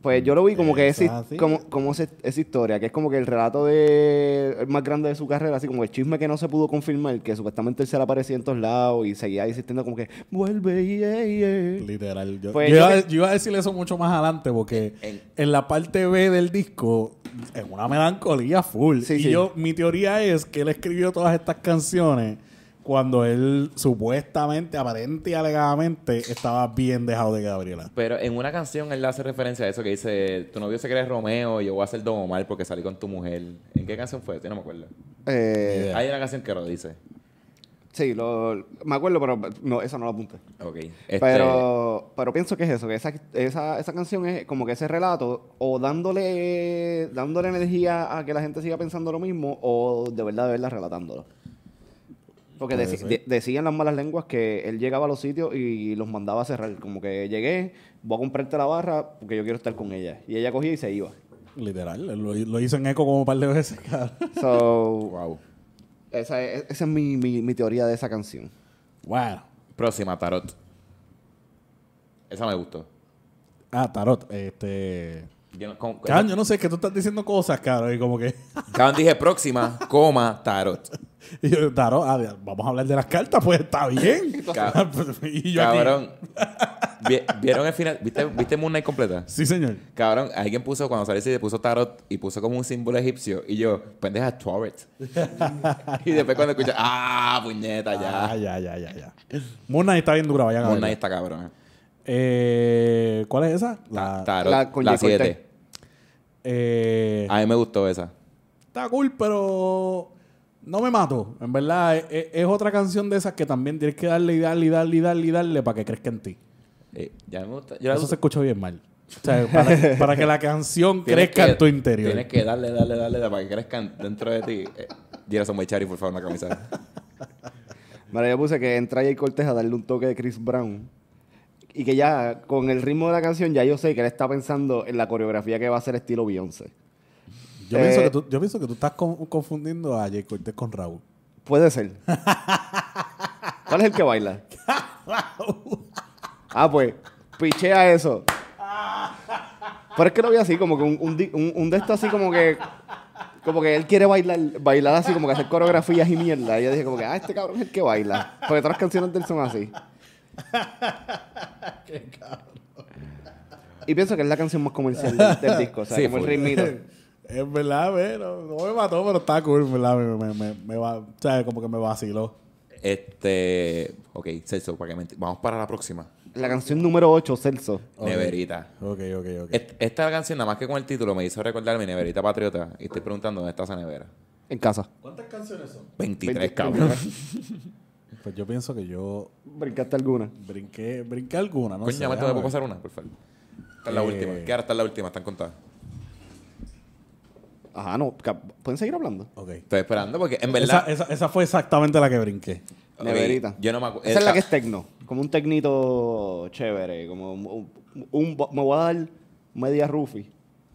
[SPEAKER 3] Pues yo lo vi como que
[SPEAKER 1] Eso es
[SPEAKER 3] esa-
[SPEAKER 1] así.
[SPEAKER 3] como, como ese- esa historia, que es como que el relato de el más grande de su carrera, así como el chisme que no se pudo confirmar, que supuestamente él se le aparecía en todos lados y seguía insistiendo como que vuelve yeah, yeah".
[SPEAKER 1] Literal. Yo,
[SPEAKER 3] Pues
[SPEAKER 1] yo
[SPEAKER 3] yo
[SPEAKER 1] iba,
[SPEAKER 3] que-
[SPEAKER 1] yo iba a decir eso mucho más adelante porque en,
[SPEAKER 2] En-
[SPEAKER 1] la parte B del disco es una melancolía full.
[SPEAKER 3] Sí,
[SPEAKER 1] y
[SPEAKER 3] sí.
[SPEAKER 1] yo, mi teoría es que él escribió todas estas canciones cuando él supuestamente, aparente y alegadamente estaba bien dejado de Gabriela.
[SPEAKER 2] Pero en una canción él hace referencia a eso que dice, tu novio se cree Romeo y yo voy a ser Don Omar porque salí con tu mujer. ¿En qué canción fue? Yo no me acuerdo.
[SPEAKER 3] Eh,
[SPEAKER 1] Yeah.
[SPEAKER 2] Hay una canción que lo dice.
[SPEAKER 3] Sí, lo- me acuerdo, pero no, esa no la apunté.
[SPEAKER 2] Ok. Este,
[SPEAKER 3] Pero, pero pienso que es eso, que esa, esa, esa canción es como que ese relato, o dándole, dándole energía a que la gente siga pensando lo mismo, o de verdad, de verdad relatándolo. Porque
[SPEAKER 1] Puede
[SPEAKER 3] deci-
[SPEAKER 1] ser.
[SPEAKER 3] de- decían las malas lenguas que él llegaba a los sitios y los mandaba a cerrar. Como que llegué, voy a comprarte la barra porque yo quiero estar con ella. Y ella cogía y se iba.
[SPEAKER 1] Literal. Lo, lo hizo en eco como un par de veces, cabrón.
[SPEAKER 3] So,
[SPEAKER 2] Wow.
[SPEAKER 3] esa es, esa es mi, mi- mi teoría de esa canción.
[SPEAKER 1] Bueno.
[SPEAKER 2] Próxima, Tarot. Esa me gustó.
[SPEAKER 1] Ah, Tarot. Este.
[SPEAKER 2] Yo no, como-
[SPEAKER 1] Cabrón, yo no sé, es que tú estás diciendo cosas, cabrón. Y como que.
[SPEAKER 2] Cabrón, dije próxima, coma, Tarot.
[SPEAKER 1] Y yo, Tarot, ah, de- vamos a hablar de las cartas, pues está bien.
[SPEAKER 2] Ca-
[SPEAKER 1] y yo aquí,
[SPEAKER 2] Cabrón. Vi- ¿Vieron el final? ¿Viste, ¿Viste Moon Knight completa?
[SPEAKER 1] Sí, señor.
[SPEAKER 2] Cabrón, alguien puso, cuando salió se puso tarot y puso como un símbolo egipcio. Y yo, pendeja, tarot. y después cuando escuché, ah, puñeta,
[SPEAKER 1] Ah,
[SPEAKER 2] ya.
[SPEAKER 1] ya, ya, ya, ya. Moon Knight está bien dura, vayan a
[SPEAKER 2] Moon Knight
[SPEAKER 1] verla.
[SPEAKER 2] está cabrón.
[SPEAKER 1] Eh, ¿Cuál es esa? La.
[SPEAKER 3] la
[SPEAKER 2] Tarot,
[SPEAKER 3] con
[SPEAKER 2] la
[SPEAKER 3] Jay Cortez.
[SPEAKER 2] 7.
[SPEAKER 1] eh,
[SPEAKER 2] A mí me gustó esa.
[SPEAKER 1] Está cool, pero no me mato. En verdad, es, es- es otra canción de esas que también tienes que darle y darle y darle y darle y darle para que crezca en ti.
[SPEAKER 2] Eh, ya me gusta. Yo la
[SPEAKER 1] Eso se escuchó bien mal. O sea, para, para que la canción
[SPEAKER 2] tienes
[SPEAKER 1] crezca
[SPEAKER 2] que-
[SPEAKER 1] en tu interior.
[SPEAKER 2] Tienes que darle, darle, darle, darle para que crezcan dentro de ti. Eh, Gerson Machari, por favor, una camisa.
[SPEAKER 3] Mira, yo puse que entra Jay Cortés a darle un toque de Chris Brown. Y que ya, con el ritmo de la canción, ya yo sé que él está pensando en la coreografía que va a ser estilo Beyoncé.
[SPEAKER 1] Yo,
[SPEAKER 3] Eh,
[SPEAKER 1] pienso que tú, yo pienso que tú estás con- confundiendo a Jay Cortés con Raúl.
[SPEAKER 3] Puede ser. ¿Cuál es el que baila? ah, pues, pichea eso. Pero es que lo vi así, como que un, un, di- un- un de estos así como que... Como que él quiere bailar, bailar así, como que hacer coreografías y mierda. Y yo dije como que, ah, este cabrón es el que baila. Porque todas las canciones de él son así. Y pienso que es la canción más comercial del, del disco, o sea,
[SPEAKER 2] Sí,
[SPEAKER 3] como el
[SPEAKER 2] full.
[SPEAKER 3] ritmito.
[SPEAKER 1] Es verdad, ve, no, no me mató, pero está cool, en ¿verdad? Me, me, me, me va, o sea, como que me vaciló.
[SPEAKER 2] Este. Ok, Celso, para que me ent- Vamos para la próxima.
[SPEAKER 3] La canción número 8, Celso.
[SPEAKER 1] Ok.
[SPEAKER 2] Neverita.
[SPEAKER 1] Ok, ok, ok.
[SPEAKER 2] Est- Esta canción, nada más que con el título, me hizo recordar mi neverita patriota. Y estoy preguntando dónde está esa nevera.
[SPEAKER 3] En casa.
[SPEAKER 1] ¿Cuántas canciones son?
[SPEAKER 2] 23,
[SPEAKER 3] 23,
[SPEAKER 2] cabrón.
[SPEAKER 1] Pues yo pienso que yo
[SPEAKER 3] Brincaste alguna.
[SPEAKER 1] brinqué, brinqué alguna, no
[SPEAKER 2] Coño,
[SPEAKER 1] sé.
[SPEAKER 2] ya me tengo que
[SPEAKER 1] déjame ver.
[SPEAKER 2] pasar una, por favor. Esta es la
[SPEAKER 1] Eh.
[SPEAKER 2] última. ¿Qué ahora está la última? Están contadas.
[SPEAKER 3] Ajá, no. ca- ¿Pueden seguir hablando?
[SPEAKER 1] Ok.
[SPEAKER 2] Estoy esperando porque en
[SPEAKER 1] Esa,
[SPEAKER 2] verdad.
[SPEAKER 1] esa, esa fue exactamente la que brinqué.
[SPEAKER 2] Ok,
[SPEAKER 3] Neverita.
[SPEAKER 2] yo no me acuerdo.
[SPEAKER 3] Esa es la que es tecno. Como un tecnito chévere. Como un, un- un bo- Me voy a dar media rufi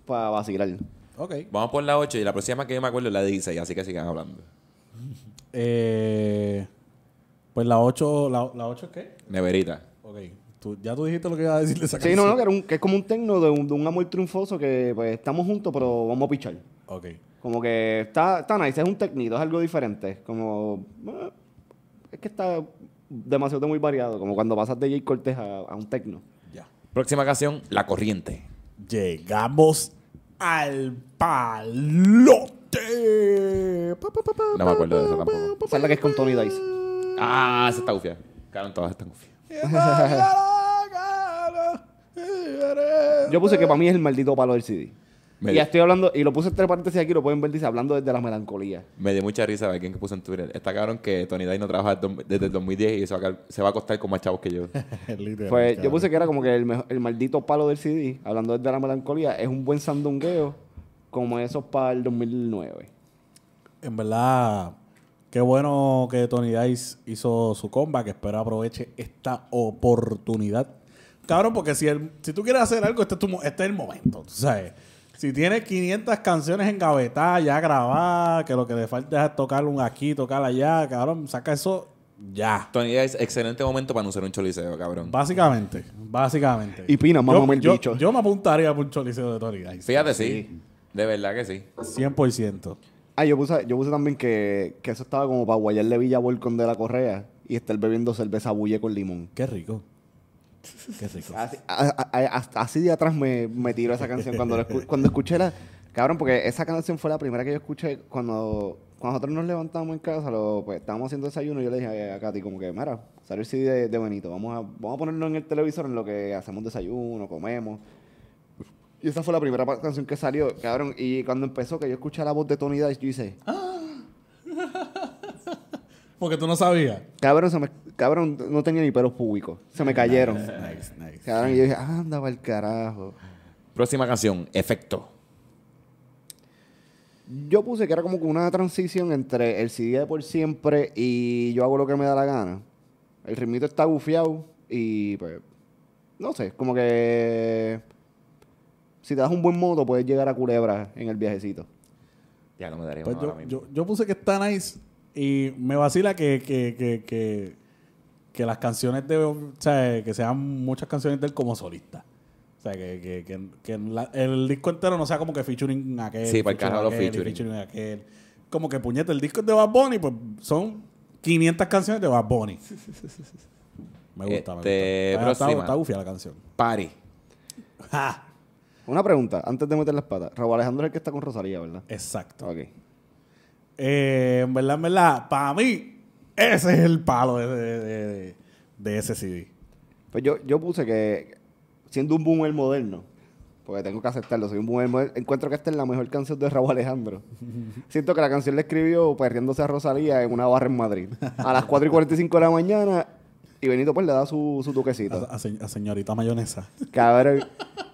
[SPEAKER 3] para vacilar.
[SPEAKER 1] Ok.
[SPEAKER 2] Vamos por la 8 y la próxima que yo me acuerdo es la 16, así que sigan hablando.
[SPEAKER 1] Eh, pues la 8, ¿la, la 8 qué?
[SPEAKER 2] Neverita.
[SPEAKER 1] Ok. Tú, ya tú dijiste lo que iba a decir de esa
[SPEAKER 3] Sí, no, no, que,
[SPEAKER 1] canción.
[SPEAKER 3] era un- que es como un tecno de un, de un amor triunfoso que pues estamos juntos, pero vamos a pichar.
[SPEAKER 1] Ok.
[SPEAKER 3] Como que está, está nice, es un tecnito, es algo diferente. Como. eh, es que está demasiado muy variado. Como cuando pasas de Jay Cortés a, a un tecno.
[SPEAKER 1] Ya.
[SPEAKER 2] Próxima canción, La Corriente.
[SPEAKER 1] Llegamos al palote. Pa, pa, pa, pa,
[SPEAKER 2] No me acuerdo de
[SPEAKER 1] pa,
[SPEAKER 2] eso
[SPEAKER 1] pa,
[SPEAKER 2] tampoco.
[SPEAKER 3] Esa es la que es con Tony Dice.
[SPEAKER 2] Ah, esa está gufia. Claro, todas están gufias.
[SPEAKER 3] Yo puse que para mí es el maldito palo del CD.
[SPEAKER 2] Me,
[SPEAKER 3] Y ya estoy hablando, y lo puse entre paréntesis aquí, lo pueden ver, dice, hablando desde la melancolía.
[SPEAKER 2] me dio mucha risa ver alguien que puso en Twitter. Está cabrón que Tony Day no trabaja desde desde el 2010 y se va, a cal- se va a acostar con más chavos que yo.
[SPEAKER 1] Literal,
[SPEAKER 3] Pues yo
[SPEAKER 1] cabrón.
[SPEAKER 3] puse que era como que el, mejo- el maldito palo del CD, hablando desde la melancolía, es un buen sandungueo como esos para el 2009.
[SPEAKER 1] En verdad, qué bueno que Tony Dice hizo su comba, que espero aproveche esta oportunidad. Cabrón, porque si, el- si tú quieres hacer algo, este es, tu mo- este es el momento, tú sabes. Si tienes 500 canciones en gaveta, ya grabadas, que lo que le falta es tocar un aquí, tocar allá, cabrón, saca eso ya.
[SPEAKER 2] Tony Day es excelente momento para anunciar un choliseo, cabrón.
[SPEAKER 1] Básicamente, básicamente.
[SPEAKER 3] Y Pina, mámame el
[SPEAKER 1] yo,
[SPEAKER 3] bicho.
[SPEAKER 1] Yo me apuntaría por un choliseo de Tony Dice.
[SPEAKER 2] Fíjate, sí. De verdad que sí.
[SPEAKER 1] 100%.
[SPEAKER 3] Ah, yo puse, yo puse también que, que eso estaba como para guayarle Villa Volcón de la Correa y estar bebiendo cerveza bulle con limón.
[SPEAKER 1] Qué rico. Qué rico.
[SPEAKER 3] Así, a- a- a- hasta así de atrás me, me tiró esa canción. Cuando, la escu- cuando escuché la. Cabrón, porque esa canción fue la primera que yo escuché cuando, cuando nosotros nos levantamos en casa, lo- pues estábamos haciendo desayuno. y Yo le dije a, a Katy, como que, mira, salió el CD de, de Benito, vamos a, vamos a ponerlo en el televisor en lo que hacemos desayuno, comemos. Y esa fue la primera pa- canción que salió, cabrón. Y cuando empezó, que yo escuché la voz de Tony Dice, yo hice,
[SPEAKER 1] Porque tú no sabías.
[SPEAKER 3] cabrón, se me- cabrón, no tenía ni pelos públicos. Se me cayeron.
[SPEAKER 1] Nice, nice.
[SPEAKER 3] Cabrón, y yo dije, anda el carajo.
[SPEAKER 2] Próxima canción, Efecto.
[SPEAKER 3] Yo puse que era como que una transición entre el CD de por siempre y yo hago lo que me da la gana. El ritmito está bufiado y pues, no sé, como que si te das un buen moto puedes llegar a Culebra en el viajecito.
[SPEAKER 2] Ya no me daría
[SPEAKER 1] Pues
[SPEAKER 2] una
[SPEAKER 1] yo,
[SPEAKER 2] ahora mismo.
[SPEAKER 1] yo, yo puse que está nice y me vacila que, que, que, que, que las canciones de. O sea, que sean muchas canciones de él como solista. O sea, que, que, que, que la- el disco entero no sea como que featuring aquel.
[SPEAKER 2] Sí, para el carajo los
[SPEAKER 1] aquel y
[SPEAKER 2] featuring.
[SPEAKER 1] aquel. Como que puñete, el disco es de Bad Bunny, pues son 500 canciones de Bad Bunny. Me gusta,
[SPEAKER 2] Este,
[SPEAKER 1] me gusta. Está,
[SPEAKER 2] próxima.
[SPEAKER 1] está gufia la canción.
[SPEAKER 2] Party.
[SPEAKER 1] ¡Ja!
[SPEAKER 3] Una pregunta, antes de meter las patas. Raúl Alejandro es el que está con Rosalía, ¿verdad?
[SPEAKER 1] Exacto.
[SPEAKER 3] Ok.
[SPEAKER 1] Eh, en verdad, en verdad, para mí, ese es el palo de, de- de- de- de ese CD.
[SPEAKER 3] Pues yo, yo puse que, siendo un boomer moderno, porque tengo que aceptarlo, soy un boomer moderno, encuentro que esta es la mejor canción de Raúl Alejandro. Siento que la canción la escribió perdiéndose a Rosalía en una barra en Madrid. A las 4 y 45 de la mañana, y Benito pues le da su, su
[SPEAKER 1] A,
[SPEAKER 3] toquecito.
[SPEAKER 1] a se- a señorita mayonesa.
[SPEAKER 3] Cabrón.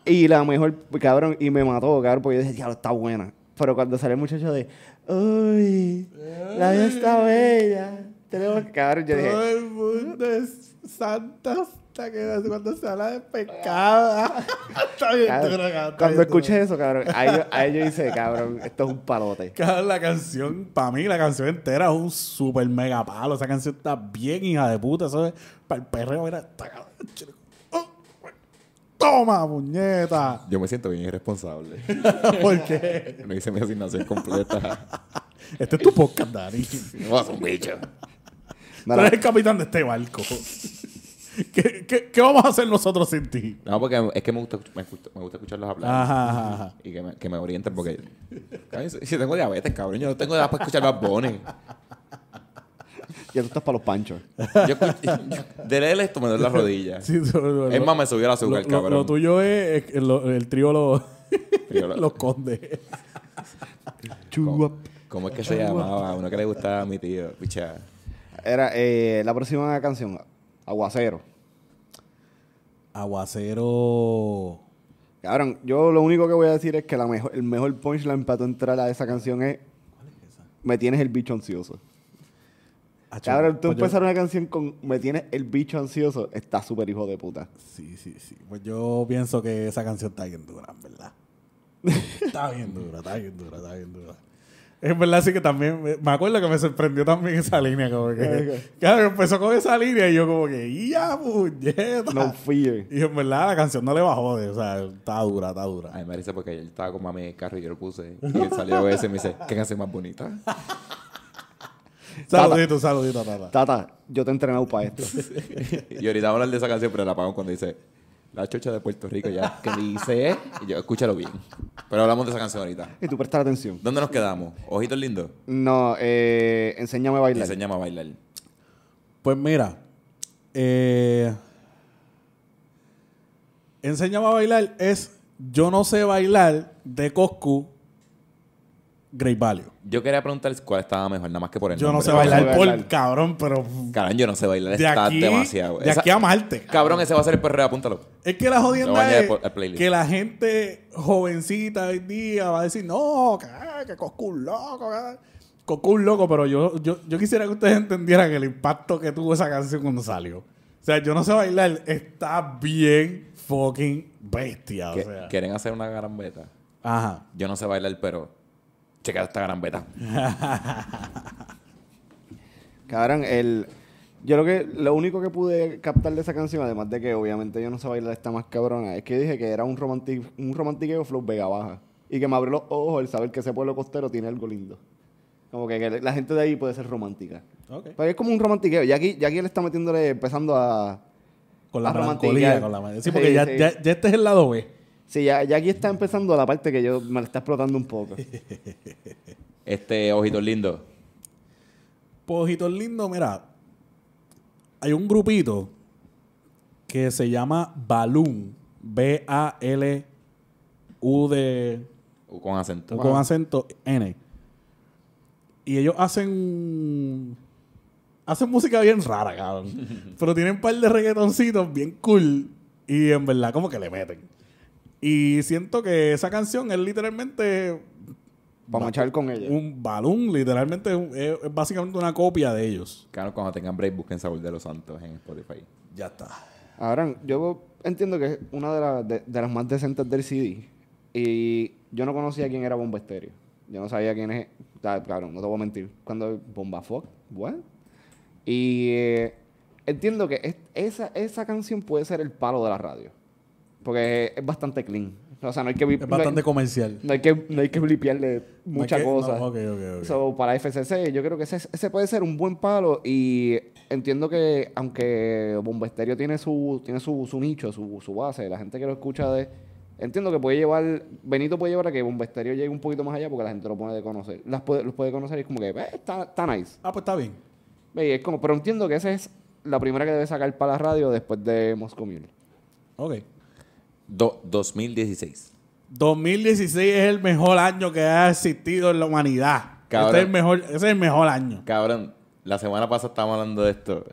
[SPEAKER 3] Y la mejor, cabrón, y me mató, cabrón, porque yo dije, diablo, está buena. Pero cuando sale el muchacho de, uy, la vida está bella. Tenemos que, cabrón, yo dije,
[SPEAKER 1] Todo el mundo menú de Santa hasta que cuando se habla de pescada. Está bien
[SPEAKER 3] Cabrón,
[SPEAKER 1] duro, cabrón, está
[SPEAKER 3] Cuando
[SPEAKER 1] bien
[SPEAKER 3] escuché
[SPEAKER 1] duro.
[SPEAKER 3] eso, cabrón, ahí yo, ahí yo hice, cabrón, esto es un palote.
[SPEAKER 1] Cabrón, la canción, para mí, la canción entera es un super mega palo. Esa canción está bien, hija de puta. Eso es para el perreo. Mira, está cabrón. chico. Oh, Toma, puñeta.
[SPEAKER 2] Yo me siento bien irresponsable.
[SPEAKER 1] ¿Por qué?
[SPEAKER 2] No hice mi asignación completa.
[SPEAKER 1] Este es tu podcast, Dani.
[SPEAKER 2] No, es un bicho.
[SPEAKER 1] Tú eres
[SPEAKER 3] Mira,
[SPEAKER 1] el capitán de este barco. ¿Qué, qué, qué vamos a hacer nosotros sin ti?
[SPEAKER 2] No, porque es que me gusta, me gusta, me gusta escucharlos hablar.
[SPEAKER 1] Ajá, ajá, ajá.
[SPEAKER 2] Y que me, que me orienten porque... Ay, si si tengo diabetes, cabrón, yo no tengo edad para escuchar Bad Bunny.
[SPEAKER 3] ya tú estás para los panchos.
[SPEAKER 2] Yo, escuch- yo- de leer esto me duele la rodilla.
[SPEAKER 1] Sí, tú- lo-
[SPEAKER 2] es más, me subió la azúcar,
[SPEAKER 1] lo, lo-
[SPEAKER 2] cabrón.
[SPEAKER 1] lo tuyo es, es que lo- el trío lo-
[SPEAKER 2] Trío lo-
[SPEAKER 1] los condes.
[SPEAKER 3] Chuap.
[SPEAKER 2] ¿Cómo es que se llamaba? Uno que le gustaba a mi tío. Picha.
[SPEAKER 3] Era eh, la próxima canción, Aguacero.
[SPEAKER 1] Aguacero.
[SPEAKER 3] Cabrón, yo lo único que voy a decir es que la mejor, el mejor punchline para tu entrar a esa canción es Me tienes el bicho ansioso.
[SPEAKER 1] Acho,
[SPEAKER 3] Cabrón, tú
[SPEAKER 1] pues yo-
[SPEAKER 3] empezar una canción con Me tienes el bicho ansioso, está súper hijo de puta.
[SPEAKER 1] Sí, sí, sí. Pues yo pienso que esa canción está bien dura, en verdad. está bien dura, está bien dura, está bien dura. Es verdad, sí que también. Me, me acuerdo que me sorprendió también esa línea, como que. Claro, empezó con esa línea y yo, como que, ¡ya, puñeta!
[SPEAKER 3] No fear.
[SPEAKER 1] Y en verdad, la canción no le bajó de. O sea, está dura, está dura.
[SPEAKER 2] Ay, me dice porque él estaba con mami en el carro y yo lo puse. Y él salió ese y me dice, ¿qué canción más bonita?
[SPEAKER 1] Saludito, saludito, tata.
[SPEAKER 3] Tata, yo te he entrenado para esto.
[SPEAKER 2] Y ahorita vamos a hablar de esa canción, pero la apagamos cuando dice La chocha de Puerto Rico ya. que dice? Y yo, escúchalo bien. Pero hablamos de esa canción ahorita.
[SPEAKER 3] y tú prestar atención.
[SPEAKER 2] ¿Dónde nos quedamos? Ojitos lindos.
[SPEAKER 3] No, eh, enséñame a bailar.
[SPEAKER 2] Enseñame a bailar.
[SPEAKER 1] Pues mira, eh, enséñame a bailar es Yo no sé bailar de Coscu Great Value.
[SPEAKER 2] Yo quería preguntar cuál estaba mejor, nada más que por el
[SPEAKER 1] Yo no
[SPEAKER 2] nombre.
[SPEAKER 1] sé bailar
[SPEAKER 3] bailar.
[SPEAKER 1] por cabrón, pero
[SPEAKER 2] Cabrón, yo no sé bailar.
[SPEAKER 1] de
[SPEAKER 2] está
[SPEAKER 1] aquí,
[SPEAKER 2] demasiado.
[SPEAKER 1] de
[SPEAKER 2] Esa-
[SPEAKER 1] aquí a Marte.
[SPEAKER 2] Cabrón, ese va a ser el perreo, apúntalo.
[SPEAKER 1] Es que la
[SPEAKER 2] Lo voy a
[SPEAKER 1] jodienda
[SPEAKER 2] añadir
[SPEAKER 1] es
[SPEAKER 2] por- al playlist.
[SPEAKER 1] que la gente jovencita hoy día va a decir, no, que, que Coscu un loco, que ah". Coscu un loco, pero yo, yo, yo quisiera que ustedes entendieran el impacto que tuvo esa canción cuando salió. O sea, yo no sé bailar, está bien fucking bestia. O
[SPEAKER 2] Que-
[SPEAKER 1] sea.
[SPEAKER 2] Quieren hacer una garambeta.
[SPEAKER 1] Ajá.
[SPEAKER 2] Yo no sé bailar, pero. Checa esta garambeta.
[SPEAKER 3] Cabrón, el. Yo lo que lo único que pude captar de esa canción, además de que obviamente yo no sé bailar esta más cabrona, es que dije que era un romantic, un romantiqueo flow vega baja. Y que me abrió los ojos el saber que ese pueblo costero tiene algo lindo. Como que, que la gente de ahí puede ser romántica.
[SPEAKER 1] Ok.
[SPEAKER 3] Pero es como un romantiqueo. Y aquí, y aquí él está metiéndole, empezando a.
[SPEAKER 1] Con la
[SPEAKER 3] Más
[SPEAKER 1] melancolía,
[SPEAKER 3] romantical.
[SPEAKER 1] con la Sí, porque
[SPEAKER 3] Sí,
[SPEAKER 1] ya,
[SPEAKER 3] sí.
[SPEAKER 1] Ya, ya este es el lado B.
[SPEAKER 3] Sí, ya, ya aquí está empezando la parte que yo me la está explotando un poco.
[SPEAKER 2] Este, ojitos lindos.
[SPEAKER 1] Pojitos lindo, mira. Hay un grupito que se llama Balloon. B-A-L-U de.
[SPEAKER 2] O Con acento.
[SPEAKER 1] con acento N. Y ellos hacen. Hacen música bien rara, cabrón. Pero tienen un par de reggaetoncitos bien cool. Y en verdad, como que le meten. Y siento que esa canción es literalmente
[SPEAKER 3] Para machar con ella.
[SPEAKER 1] un balón. Literalmente es un- es, es básicamente una copia de ellos.
[SPEAKER 2] Claro, cuando tengan break, busquen Sabor de los Santos en Spotify.
[SPEAKER 1] Ya está.
[SPEAKER 3] Ahora, yo entiendo que es una de, las- de- de las más decentes del CD. Y yo no conocía quién era Bomba Estéreo. Yo no sabía quién es. o sea, Claro, no te voy a mentir. Cuando Bomba Fuck, what? Y eh, entiendo que es- esa, esa canción puede ser el palo de la radio. Porque es, es bastante clean. O sea, no hay que. vi-
[SPEAKER 1] Es
[SPEAKER 3] no hay-
[SPEAKER 1] bastante comercial.
[SPEAKER 3] no hay que, no hay que blipearle mucha
[SPEAKER 1] que- no,
[SPEAKER 3] cosa.
[SPEAKER 1] ok, ok, ok.
[SPEAKER 3] So, para FCC, yo creo que ese, ese puede ser un buen palo y entiendo que aunque Bomba Estéreo tiene su tiene su, su nicho, su, su base, la gente que lo escucha de entiendo que puede llevar Benito puede llevar a que Bomba Estéreo llegue un poquito más allá porque la gente lo puede conocer. Las puede, los puede conocer y es como que eh, está, está nice.
[SPEAKER 1] Ah, pues está bien.
[SPEAKER 3] Ve, y es como, pero entiendo que esa es la primera que debe sacar para la radio después de Moscow Mule.
[SPEAKER 1] Ok.
[SPEAKER 2] Do- 2016.
[SPEAKER 1] 2016 es el mejor año que ha existido en la humanidad.
[SPEAKER 2] Cabrón.
[SPEAKER 1] Este es el mejor, ese es el mejor año.
[SPEAKER 2] Cabrón, la semana pasada estábamos hablando de esto.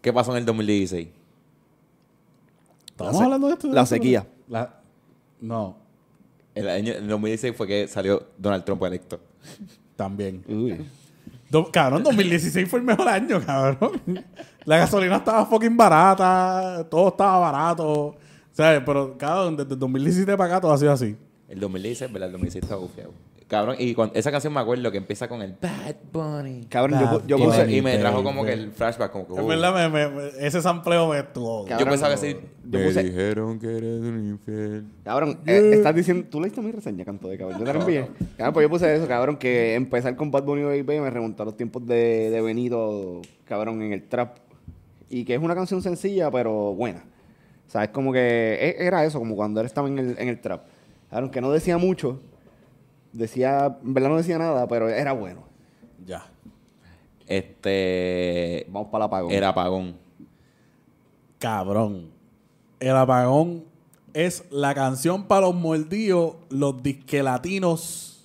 [SPEAKER 2] ¿Qué pasó en el 2016?
[SPEAKER 1] ¿Estamos
[SPEAKER 3] se-
[SPEAKER 1] hablando de esto?
[SPEAKER 3] la sequía.
[SPEAKER 1] La- no,
[SPEAKER 2] El año el 2016 fue que salió Donald Trump electo.
[SPEAKER 1] también.
[SPEAKER 3] Uy.
[SPEAKER 1] Do- cabrón, 2016 fue el mejor año, cabrón. La gasolina estaba fucking barata, todo estaba barato. ¿Sabes? Pero, cabrón, desde el 2017 para acá todo ha sido así.
[SPEAKER 2] El 2016, ¿verdad? El 2016 estaba bufiado. Cabrón, y cuando- esa canción me acuerdo que empieza con el Bad Bunny.
[SPEAKER 3] Cabrón, yo, pu- yo
[SPEAKER 2] Y me-
[SPEAKER 3] puse.
[SPEAKER 2] y me trajo
[SPEAKER 1] baby.
[SPEAKER 2] como que el flashback, como que.
[SPEAKER 1] En
[SPEAKER 2] oh.
[SPEAKER 1] verdad, me- me- me- ese sampleo me estuvo.
[SPEAKER 3] Cabrón,
[SPEAKER 2] yo pensaba que sí.
[SPEAKER 3] yo puse
[SPEAKER 2] dijeron que eres un infiel.
[SPEAKER 3] cabrón, eh, estás diciendo. Tú leíste mi reseña, canto de cabrón. Yo te la envié. Cabrón, pues yo puse eso, cabrón, que empezar con Bad Bunny Baby me remontó a los tiempos de, de Benito, cabrón, en el trap. Y que es una canción sencilla, pero buena. O sea, es como que. e- Era eso, como cuando él estaba en el, en el trap. Cabrón, que no decía mucho. Decía. En verdad no decía nada, pero era bueno.
[SPEAKER 1] Ya.
[SPEAKER 2] Este.
[SPEAKER 3] Vamos para la apagón.
[SPEAKER 2] Era apagón.
[SPEAKER 1] Cabrón. El apagón es la canción para los mordidos, los disquelatinos.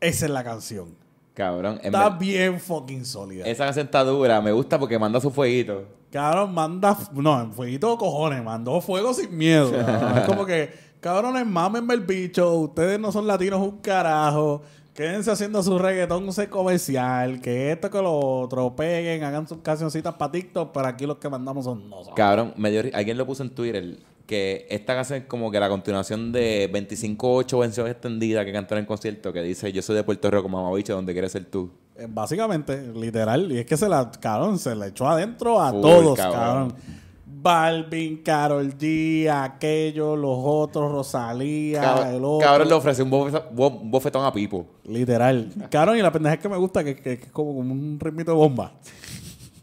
[SPEAKER 1] Esa es la canción.
[SPEAKER 2] Cabrón. en
[SPEAKER 1] Está
[SPEAKER 2] ver-
[SPEAKER 1] bien fucking sólida.
[SPEAKER 2] Esa canción está dura. Me gusta porque manda su fueguito.
[SPEAKER 1] Cabrón, manda. No, en fueguito cojones, mandó fuego sin miedo. cabrón. es como que, cabrones, mámenme el bicho. Ustedes no son latinos un carajo. Quédense haciendo su reggaetón se comercial. Que esto, que lo otro. Peguen, hagan sus cancioncitas para TikTok. Pero aquí los que mandamos son nosotros.
[SPEAKER 2] Cabrón, me dio ri- alguien lo puso en Twitter que esta canción es como que la continuación de 25-8 vención extendida que cantaron en concierto que dice yo soy de Puerto Rico, mamabicho, donde quieres ser tú.
[SPEAKER 1] Eh, Básicamente, literal. Y es que se la, cabrón, se la echó adentro a
[SPEAKER 2] Full,
[SPEAKER 1] todos,
[SPEAKER 2] cabrón.
[SPEAKER 1] cabrón. Balvin, Carol G, aquello, los otros, Rosalía,
[SPEAKER 2] Cab-
[SPEAKER 1] el otro.
[SPEAKER 2] Cabrón le ofreció un, bofe- bo- un bofetón a Pipo.
[SPEAKER 1] Literal. Cabrón, y la pendeja es que me gusta que, que- que es como un ritmito de bomba.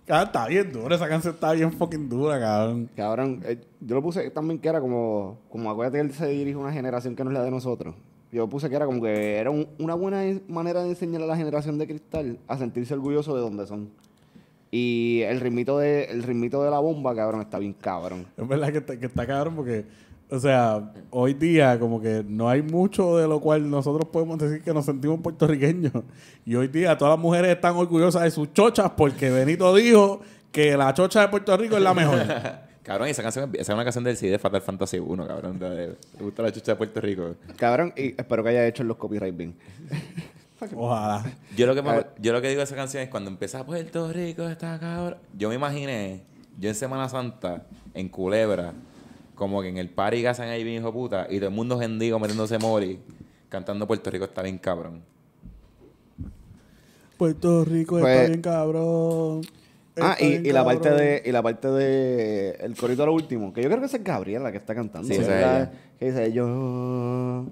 [SPEAKER 1] Cabrón, está bien dura, esa canción está bien fucking dura, cabrón.
[SPEAKER 3] Cabrón, eh, yo lo puse también que era como, como acuérdate que él se dirige a una generación que no es la de nosotros. Yo puse que era como que era un- una buena en- manera de enseñar a la generación de cristal a sentirse orgulloso de donde son. Y el ritmito de, el ritmito de la bomba, cabrón, está bien cabrón.
[SPEAKER 1] Es verdad que está, que está cabrón porque, o sea, hoy día como que no hay mucho de lo cual nosotros podemos decir que nos sentimos puertorriqueños. Y hoy día todas las mujeres están orgullosas de sus chochas porque Benito dijo que la chocha de Puerto Rico es la mejor.
[SPEAKER 2] Cabrón, y esa canción es- esa es una canción del CD de Fatal Fantasy 1, cabrón. de- Me gusta la chucha de Puerto Rico.
[SPEAKER 3] Cabrón, y espero que haya hecho los copyright bien.
[SPEAKER 1] Ojalá.
[SPEAKER 2] Yo lo que, me-
[SPEAKER 3] Cabr-
[SPEAKER 2] yo lo que digo de esa canción es cuando empieza Puerto Rico está cabrón. Yo me imaginé, yo en Semana Santa, en Culebra, como que en el party que hacen ahí bien hijo de puta, y todo el mundo gendigo metiéndose mori, cantando Puerto Rico está bien cabrón.
[SPEAKER 1] Puerto Rico está
[SPEAKER 3] Pues-
[SPEAKER 1] bien cabrón.
[SPEAKER 3] Ah,
[SPEAKER 1] Está
[SPEAKER 3] y,
[SPEAKER 1] bien
[SPEAKER 3] y la parte
[SPEAKER 1] cabrón.
[SPEAKER 3] de, y la parte de el corito a lo último, que yo creo que esa es Gabriela la que está cantando.
[SPEAKER 2] Sí, esa es
[SPEAKER 3] ¿verdad?
[SPEAKER 2] ella.
[SPEAKER 3] Que dice, yo no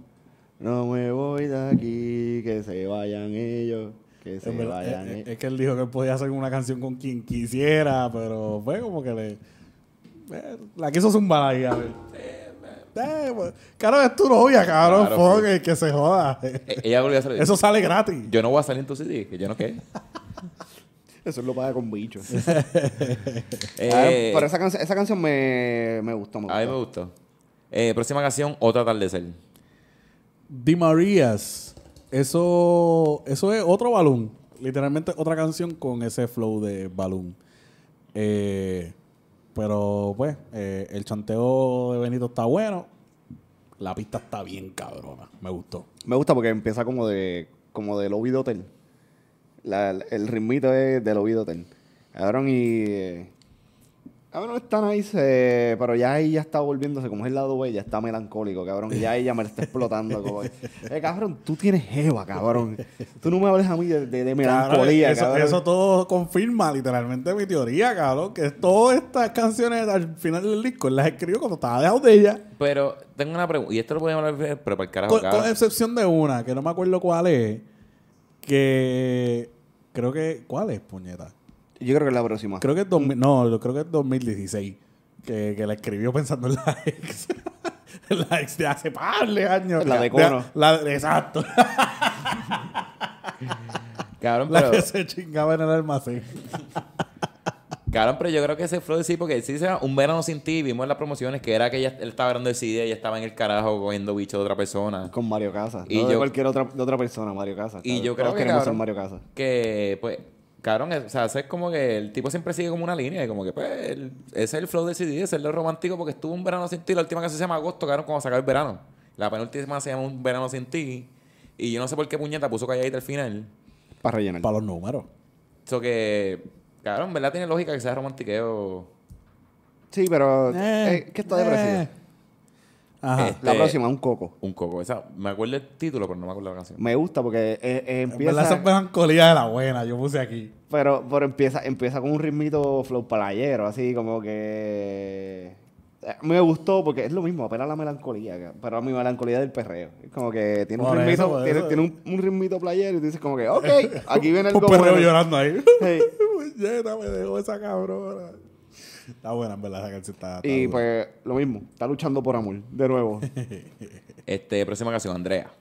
[SPEAKER 3] me voy de aquí, que se vayan ellos, que se
[SPEAKER 1] Es,
[SPEAKER 2] eh,
[SPEAKER 1] verdad, eh,
[SPEAKER 3] vayan eh. e-".
[SPEAKER 1] es- es-
[SPEAKER 3] ellos.
[SPEAKER 1] es que él dijo que podía hacer una canción con quien quisiera, pero fue como que le. eh, la quiso zumbar ahí, a ver. Eh, pues, Claro, es tu novia, cabrón.
[SPEAKER 2] Claro,
[SPEAKER 1] fuck, eh,
[SPEAKER 2] sí.
[SPEAKER 1] que, que se joda.
[SPEAKER 2] E- ella volvió a salir.
[SPEAKER 1] Eso sale gratis.
[SPEAKER 2] Yo no voy a salir en tu CD, que yo no qué.
[SPEAKER 3] Ah, Eso lo paga con bichos. Ah,
[SPEAKER 2] Eh,
[SPEAKER 3] pero esa, canción- esa canción me, me gustó. Me
[SPEAKER 2] a mí me
[SPEAKER 3] gustó.
[SPEAKER 2] gustó. Eh, próxima canción, Otra Atardecer.
[SPEAKER 1] Di Marías. Eso, eso es otro balón. Literalmente otra canción con ese flow de balón. Eh, pero pues, eh, el chanteo de Benito está bueno. La pista está bien cabrona. Me gustó.
[SPEAKER 3] Me gusta porque empieza como de como del lobby de hotel. La- el ritmito es del lobby de hotel. Cabrón y... eh, Cabrón, está nice, eh, pero ya ahí ya está volviéndose, como es el lado B, ya está melancólico, cabrón. y Ya ella me la está explotando. Como, eh, cabrón, tú tienes jeva, cabrón. Tú no me hables a mí de, de- de melancolía,
[SPEAKER 1] Cabrón, eso,
[SPEAKER 3] cabrón.
[SPEAKER 1] eso todo confirma literalmente mi teoría, cabrón. Que todas estas canciones al final del disco él las escribió cuando estaba dejado de ella.
[SPEAKER 2] Pero tengo una pregunta, y esto lo podemos hablar, pero para el carajo.
[SPEAKER 1] Con,
[SPEAKER 2] cabrón.
[SPEAKER 1] con excepción de una, que no me acuerdo cuál es. Que creo que. ¿Cuál es, puñeta?
[SPEAKER 3] Yo creo que es la próxima.
[SPEAKER 1] Creo que es 2000, no, lo- creo que es 2016. Que, que la escribió pensando en la ex. En la ex de hace par de años.
[SPEAKER 3] La de Cono.
[SPEAKER 1] La, la- exacto.
[SPEAKER 2] Cabrón,
[SPEAKER 1] La
[SPEAKER 2] pero,
[SPEAKER 1] que se chingaba en el almacén.
[SPEAKER 2] cabrón, pero yo creo que ese flow sí, porque sí se llama Un verano sin ti, vimos en las promociones que era que ella él estaba grabando el CD, ella estaba en el carajo cogiendo bicho de otra persona.
[SPEAKER 3] Con Mario Casas.
[SPEAKER 2] Y
[SPEAKER 3] no de
[SPEAKER 2] yo-
[SPEAKER 3] cualquier otra, de otra persona, Mario Casas.
[SPEAKER 2] Y
[SPEAKER 3] cabrón.
[SPEAKER 2] yo creo
[SPEAKER 3] Todos
[SPEAKER 2] que,
[SPEAKER 3] queremos ser
[SPEAKER 2] cabrón,
[SPEAKER 3] Mario Casas.
[SPEAKER 2] Que, pues, cabrón, es- o sea, es como que el tipo siempre sigue como una línea, y como que, pues, el- ese es el flow del CD, ese es lo romántico, porque estuvo un verano sin ti, la última canción se llama Agosto, cabrón, cuando se acaba el verano. La penúltima se llama Un verano sin ti, y yo no sé por qué puñeta puso calladita al final.
[SPEAKER 3] Para rellenar.
[SPEAKER 1] Para los números.
[SPEAKER 2] Eso que, cabrón, ¿verdad? Tiene lógica que sea romantiqueo.
[SPEAKER 3] Sí, pero.
[SPEAKER 1] Eh,
[SPEAKER 3] eh, ¿Qué está
[SPEAKER 1] eh.
[SPEAKER 3] depresivo?
[SPEAKER 1] Ajá.
[SPEAKER 2] Eh,
[SPEAKER 3] La
[SPEAKER 2] Este-
[SPEAKER 3] próxima, un coco.
[SPEAKER 2] Un coco. Esa, me acuerdo el título, pero no me acuerdo la canción.
[SPEAKER 3] Me gusta porque eh, eh,
[SPEAKER 1] En verdad,
[SPEAKER 3] empieza.
[SPEAKER 1] esa es melancolía de la buena, yo puse aquí.
[SPEAKER 3] Pero, pero empieza, empieza con un ritmito flow palayero, así como que. eh, Me gustó porque es lo mismo, apela a la melancolía, ca- pero a mi melancolía del perreo. Es como que tiene un
[SPEAKER 1] Por eso,
[SPEAKER 3] ritmito,
[SPEAKER 1] por
[SPEAKER 3] tiene,
[SPEAKER 1] eso.
[SPEAKER 3] tiene un, un ritmito playero y tú dices como que, ok, aquí viene
[SPEAKER 1] Un
[SPEAKER 3] algo
[SPEAKER 1] perreo
[SPEAKER 3] bueno.
[SPEAKER 1] llorando ahí.
[SPEAKER 3] Sí.
[SPEAKER 1] Puñeta, me dejó esa cabrona. Está buena, en verdad, esa canción está. Ah, está
[SPEAKER 3] Y
[SPEAKER 1] dura.
[SPEAKER 3] pues lo mismo, está luchando por amor, de nuevo.
[SPEAKER 2] Este, próxima canción, Andrea.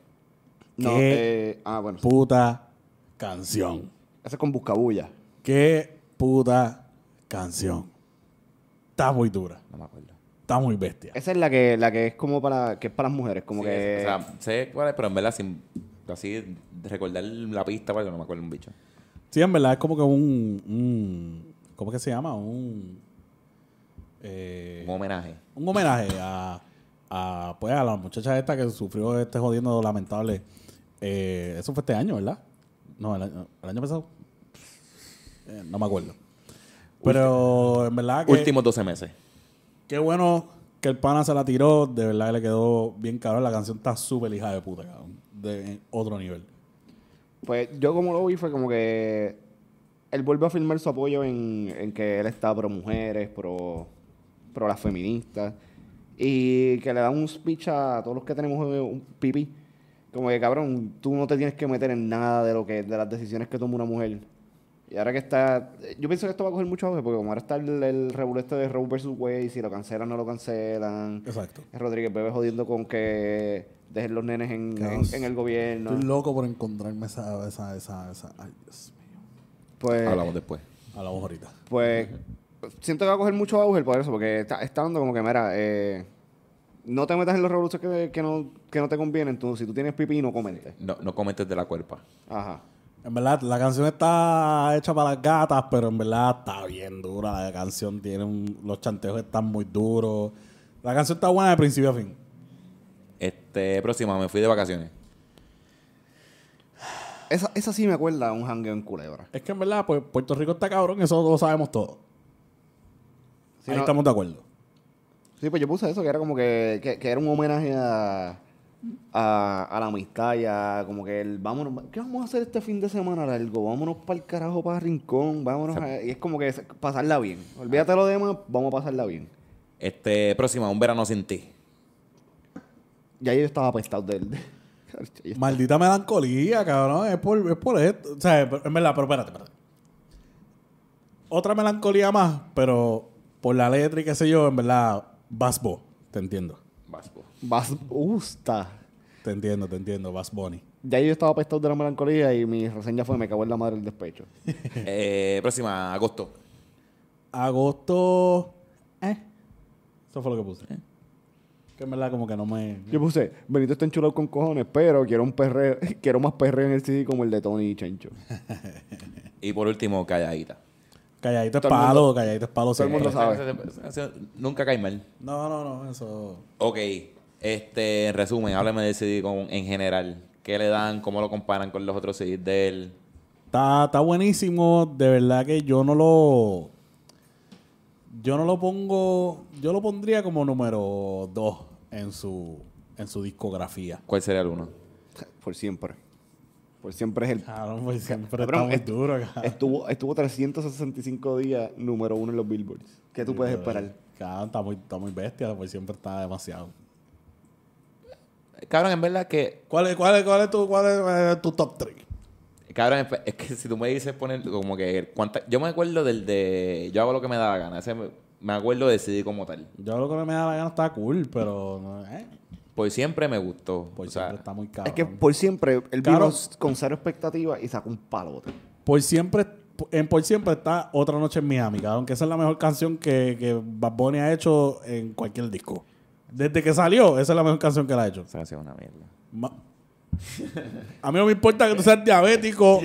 [SPEAKER 3] No,
[SPEAKER 1] ¿Qué?
[SPEAKER 3] eh, ah, bueno,
[SPEAKER 1] Puta canción.
[SPEAKER 3] eso es con buscabulla.
[SPEAKER 1] Qué puta canción. Está muy dura.
[SPEAKER 2] No me acuerdo.
[SPEAKER 1] Está muy bestia.
[SPEAKER 3] Esa es la que, la que es como para, que es para las mujeres, como
[SPEAKER 2] Sí,
[SPEAKER 3] que.
[SPEAKER 2] es- o sea, sé cuál es, pero en verdad, sin, así, recordar la pista, porque no me acuerdo un bicho.
[SPEAKER 1] Sí, en verdad es como que un. un- ¿Cómo que se llama? Un. eh,
[SPEAKER 2] Un homenaje.
[SPEAKER 1] un homenaje a, a, pues, a la muchacha esta que sufrió este jodiendo lamentable. Eh, eso fue este año, ¿verdad? No, el año, el año pasado. Eh, no me acuerdo. Pero en verdad que
[SPEAKER 2] Últimos 12 meses.
[SPEAKER 1] qué bueno que el pana se la tiró. De verdad que le quedó bien cabrón. La canción está súper hija de puta, cabrón. De en otro nivel.
[SPEAKER 3] Pues yo como lo vi fue como que él vuelve a firmar su apoyo en, en que él está pro mujeres, pro, pro las feministas, y que le da un speech a todos los que tenemos eh, un pipí. Como que cabrón, tú no te tienes que meter en nada de lo que, de las decisiones que toma una mujer. Y ahora que está, yo pienso que esto va a coger mucho auge, porque como ahora está el, el revuelo este de Roe vs. Wade, si lo cancelan, no lo cancelan.
[SPEAKER 1] Exacto.
[SPEAKER 3] Rodríguez Bebe jodiendo con que dejen los nenes en, en- en el gobierno.
[SPEAKER 1] Estoy loco por encontrarme esa, esa, esa, esa. Ay, Dios mío.
[SPEAKER 3] Pues,
[SPEAKER 2] Hablamos después.
[SPEAKER 1] Hablamos ahorita.
[SPEAKER 3] Pues siento que va a coger mucho auge por eso, porque está, está dando como que, mira, eh, no te metas en los revoluciones que, que no, que no te convienen. Tú, si tú tienes pipí, no comentes.
[SPEAKER 2] No, no comentes de la cuerpa.
[SPEAKER 3] Ajá.
[SPEAKER 1] En verdad, la canción está hecha para las gatas, pero en verdad está bien dura. La canción tiene un- los chanteos están muy duros. La canción está buena de principio a fin.
[SPEAKER 2] Este, próxima, me fui de vacaciones.
[SPEAKER 3] Esa, esa sí me acuerda a un hangueo en culebra.
[SPEAKER 1] Es que en verdad, pues Puerto Rico está cabrón, eso lo sabemos todos.
[SPEAKER 3] Sí,
[SPEAKER 1] Ahí
[SPEAKER 3] no-
[SPEAKER 1] estamos de acuerdo.
[SPEAKER 3] Sí, pues yo puse eso, que era como que, que, que era un homenaje a, a, a la amistad y a como que el vámonos, ¿qué vamos a hacer este fin de semana largo? Vámonos para el carajo, para Rincón, vámonos. a- y es como que es- pasarla bien. Olvídate lo demás, vamos a pasarla bien.
[SPEAKER 2] Este, próxima, un verano sin ti.
[SPEAKER 3] Ya yo estaba apestado del. de-
[SPEAKER 1] Maldita melancolía, cabrón. Es por, es por esto. O sea, en verdad, pero espérate, espérate. Otra melancolía más, pero por la letra y qué sé yo, en verdad, Bass Bo. Te entiendo.
[SPEAKER 2] Vasco.
[SPEAKER 3] Vas, gusta.
[SPEAKER 1] Te entiendo, te entiendo, Bass Bunny.
[SPEAKER 3] Ya yo estaba apestado de la melancolía y mi reseña fue me cago en la madre del despecho.
[SPEAKER 2] Eh, próxima, agosto.
[SPEAKER 1] Agosto. Eh. Eso fue lo que puse. Que en verdad, como que no me.
[SPEAKER 3] Yo puse, Benito está enchulado con cojones, pero quiero un perreo, quiero más perreo en el CD como el de Tony y Chencho.
[SPEAKER 2] Y por último, calladita.
[SPEAKER 1] Calladito es
[SPEAKER 3] Todo el mundo-
[SPEAKER 1] palo, calladito es palo.
[SPEAKER 3] todo el
[SPEAKER 1] sí.
[SPEAKER 3] mundo- Lo sabe.
[SPEAKER 2] Nunca cae mal.
[SPEAKER 1] No, no, no, eso.
[SPEAKER 2] Ok, este, en resumen, háblame del CD con- en general. ¿Qué le dan? ¿Cómo lo comparan con los otros CDs de él?
[SPEAKER 1] Está, está buenísimo. De verdad que yo no lo. Yo no lo pongo. Yo lo pondría como número 2 en su, en su discografía.
[SPEAKER 2] ¿Cuál sería el uno?
[SPEAKER 3] Por siempre. Por siempre es el...
[SPEAKER 1] Claro, pues siempre está
[SPEAKER 3] Cabrón,
[SPEAKER 1] muy
[SPEAKER 3] est-
[SPEAKER 1] duro, cabrón.
[SPEAKER 3] Estuvo, estuvo 365 días número uno en los billboards. ¿Qué tú puedes esperar?
[SPEAKER 1] Cabrón, está muy, está muy bestia, pues siempre está demasiado.
[SPEAKER 2] Cabrón, en verdad que.
[SPEAKER 1] ¿Cuál es, cuál es, cuál es, tu, cuál es, eh, tu top 3?
[SPEAKER 2] Cabrón, es- es que si tú me dices poner como que. cuánta- yo me acuerdo del de. Yo hago lo que me da la gana. Ese me, me acuerdo del CD como tal.
[SPEAKER 1] Yo lo que me da la gana está cool, pero no, eh,
[SPEAKER 2] Por siempre me gustó.
[SPEAKER 1] por
[SPEAKER 2] o sea,
[SPEAKER 1] siempre está muy caro.
[SPEAKER 3] Es que por siempre el
[SPEAKER 1] Claro.
[SPEAKER 3] vino con cero expectativas y sacó un palote.
[SPEAKER 1] por siempre, en por siempre está Otra Noche en Miami, cabrón, que esa es la mejor canción que, que Bad Bunny ha hecho en cualquier disco. Desde que salió, esa es la mejor canción que la ha hecho.
[SPEAKER 2] esa canción es una mierda.
[SPEAKER 1] Ma- A mí no me importa que tú seas diabético.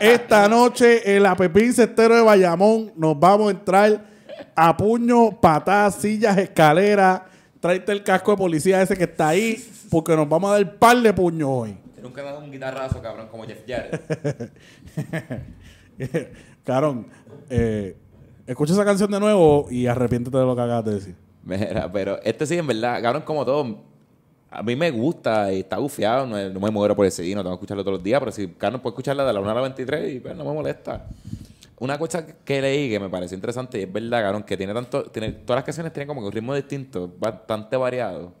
[SPEAKER 1] Esta noche en la Pepín Cestero de Bayamón nos vamos a entrar a puño, patadas, sillas, escaleras. Tráete el casco de policía ese que está ahí porque nos vamos a dar par de puños hoy.
[SPEAKER 2] Nunca me ha dado un guitarrazo, cabrón, como Jeff Jarrett.
[SPEAKER 1] Carón, eh, escucha esa canción de nuevo y arrepiéntete de lo que acabas de decir.
[SPEAKER 2] Mira, pero este sí, en verdad, cabrón, como todo. A mí me gusta y está bufiado. No, no me muero por ese CD, no tengo que escucharlo todos los días. Pero si Carlos puede escucharla de la 1 a la 23, y, pues, no me molesta. Una cosa que leí que me pareció interesante y es verdad, cabrón, que tiene tanto. Tiene, todas las canciones tienen como que un ritmo distinto, bastante variado.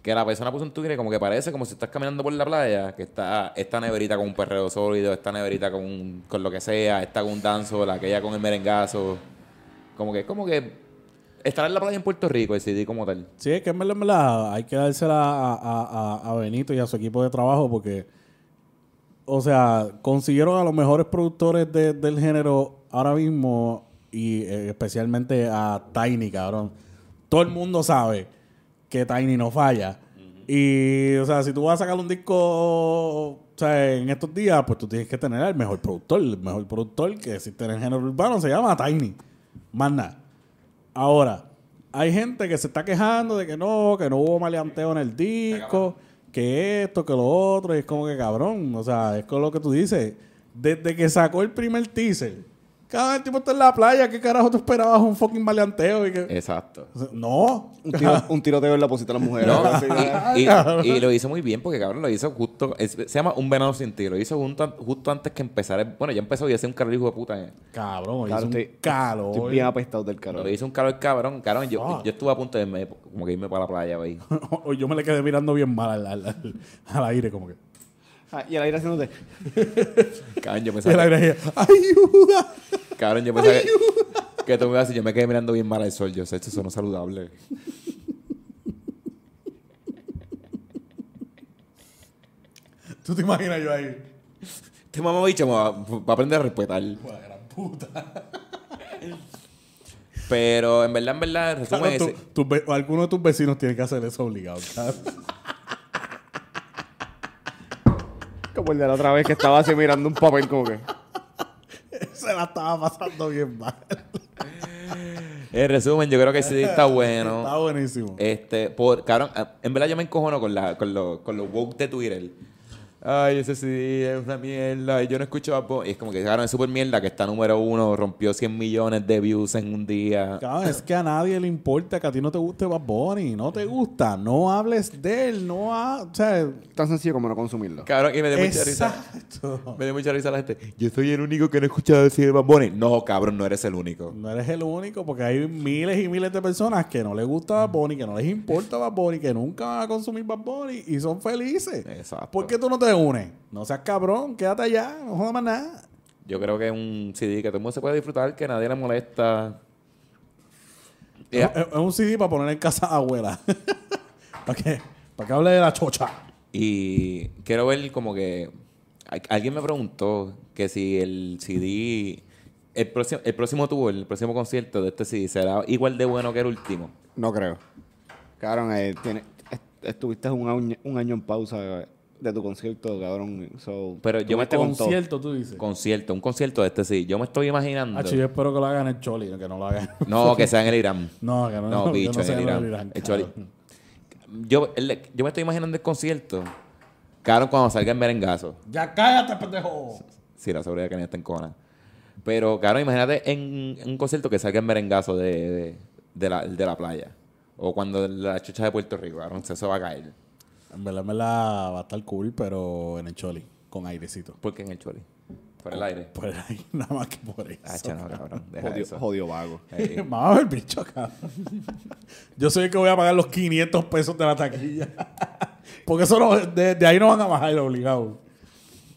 [SPEAKER 2] Que la persona puso un Twitter y como que parece como si estás caminando por la playa, que está esta neverita con un perreo sólido, esta neverita con, un- con lo que sea, esta con un danzo, la aquella con el merengazo. Como que es como que estar en la playa en Puerto Rico, el CD como tal.
[SPEAKER 1] Sí, es que en verdad, en verdad, hay que dársela a, a- a- a Benito y a su equipo de trabajo porque, o sea, consiguieron a los mejores productores de- del género ahora mismo y eh, especialmente a Tiny, cabrón. Todo el mundo sabe que Tiny no falla. Y, o sea, si tú vas a sacar un disco o sea, en estos días, pues tú tienes que tener al mejor productor. El mejor productor que existe en el género urbano se llama Tiny. Más nada. Ahora, hay gente que se está quejando de que no, que no hubo maleanteo en el disco, que esto, que lo otro, y es como que cabrón, o sea, es con lo que tú dices. Desde que sacó el primer teaser, cada vez el tipo está en la playa, ¿qué carajo tú esperabas un fucking maleanteo? Y
[SPEAKER 3] Eh.
[SPEAKER 1] que...
[SPEAKER 2] Exacto.
[SPEAKER 1] O sea, No,
[SPEAKER 3] Un, tiro- un tiroteo en la posita de las mujeres.
[SPEAKER 2] No,
[SPEAKER 3] algo así, ¿verdad?
[SPEAKER 2] y, y- y lo hizo muy bien porque cabrón lo hizo justo es- se llama un venado sin ti lo hizo junto an- justo antes que empezara el- bueno ya empezó y hace un calor hijo de puta eh.
[SPEAKER 1] cabrón,
[SPEAKER 3] Claro,
[SPEAKER 1] hizo un
[SPEAKER 3] estoy-
[SPEAKER 1] calor.
[SPEAKER 3] Estoy bien apestado del
[SPEAKER 2] lo
[SPEAKER 3] calor.
[SPEAKER 2] hizo un calor cabrón cabrón yo,
[SPEAKER 1] Fuck.
[SPEAKER 2] yo estuve a punto de irme, como que irme para la playa güey.
[SPEAKER 1] O yo me le quedé mirando bien mal al, al- al- al aire, como que.
[SPEAKER 3] Ah, y el aire haciéndote.
[SPEAKER 2] cabrón yo
[SPEAKER 1] Y el
[SPEAKER 2] pensaba que-
[SPEAKER 1] aire, ¡ayuda!
[SPEAKER 2] cabrón yo pensaba que, que tú me ibas a decir, yo me quedé mirando bien mal al sol yo sé esto sonó saludable
[SPEAKER 1] ¿Tú te imaginas yo ahí?
[SPEAKER 2] este mamá bicho me va, va a aprender a respetar
[SPEAKER 1] Hijo de gran "Pues, puta.
[SPEAKER 2] pero en verdad en verdad en resumen,
[SPEAKER 1] Cabrón,
[SPEAKER 2] ese-
[SPEAKER 1] tú- tus ve- alguno de tus vecinos tiene que hacer eso obligado. cabrón.
[SPEAKER 3] Como el de la otra vez que estaba así mirando un papel como que.
[SPEAKER 1] Se la estaba pasando bien mal.
[SPEAKER 2] en resumen yo creo que ese día está bueno
[SPEAKER 1] Está buenísimo.
[SPEAKER 2] Este, por, cabrón, a- en verdad yo me encojono con, la, con, los con los woke de Twitter. Ay, ese sí es una mierda. y Yo no escucho a Bo- y Es como que, cabrón, es súper mierda que está número uno, rompió 100 millones de views en un día.
[SPEAKER 1] Cabrón, es que a nadie le importa que a ti no te guste Bad Bunny. No te gusta. No hables de él. No ha... O sea...
[SPEAKER 3] Tan sencillo como no consumirlo.
[SPEAKER 2] Cabrón, y me dio mucha risa.
[SPEAKER 1] Exacto.
[SPEAKER 2] Me dio mucha risa la gente. Yo soy el único que no he escuchado decir Bad Bunny. No, cabrón, no eres el único.
[SPEAKER 1] No eres el único porque hay miles y miles de personas que no les gusta Bad Bunny, que no les importa Bad Bunny, que nunca van a consumir Bad Bunny y son felices.
[SPEAKER 2] Exacto.
[SPEAKER 1] ¿Por qué tú no te unes? No seas cabrón, quédate allá, no jodas más nada.
[SPEAKER 2] Yo creo que es un CD que todo el mundo se puede disfrutar, que nadie le molesta. Eh,
[SPEAKER 1] Es, es un CD para poner en casa a abuela. ¿Para qué? Para que hable de la chocha.
[SPEAKER 2] Y quiero ver como que... al- Alguien me preguntó que si el CD... El próximo, el próximo tour, el próximo concierto de este CD será igual de bueno que el último.
[SPEAKER 3] No creo. Cabrón, eh, tiene- est- estuviste un año, un año en pausa de tu concierto, cabrón. So,
[SPEAKER 2] Pero yo
[SPEAKER 3] tú
[SPEAKER 2] me
[SPEAKER 3] viste con todo.
[SPEAKER 1] tú dices.
[SPEAKER 2] Concierto, un concierto de este CD. Yo me estoy imaginando...
[SPEAKER 1] Ah, yo espero que lo hagan en el Choli, no que no lo hagan.
[SPEAKER 2] no, que sea en el Irán.
[SPEAKER 1] No, que no,
[SPEAKER 2] No,
[SPEAKER 1] que
[SPEAKER 2] bicho,
[SPEAKER 1] sea
[SPEAKER 2] en el Irán.
[SPEAKER 1] Irán,
[SPEAKER 2] El Choli.
[SPEAKER 1] cabrón.
[SPEAKER 2] Yo, el- yo me estoy imaginando el concierto. Claro, cuando salga el merengazo.
[SPEAKER 1] Ya cállate, pendejo.
[SPEAKER 2] Sí, la seguridad que no está en cona. Pero, claro, imagínate en un concierto que salga el merengazo de, de, de la, de la playa. O cuando la chucha de Puerto Rico, cabrón, eso va a caer.
[SPEAKER 1] En verdad, en verdad, va a estar cool, pero en el Choli, con airecito.
[SPEAKER 2] Porque en el choli. Por el aire.
[SPEAKER 1] Por ahí, nada más que por eso.
[SPEAKER 2] Ah, chano, cabrón. Deja
[SPEAKER 3] Jodido,
[SPEAKER 2] eso.
[SPEAKER 3] jodido vago.
[SPEAKER 2] Ey.
[SPEAKER 1] Mamá el bicho, cabrón. Yo soy el que voy a pagar los 500 pesos de la taquilla. Porque eso no, de, de ahí no van a bajar obligado.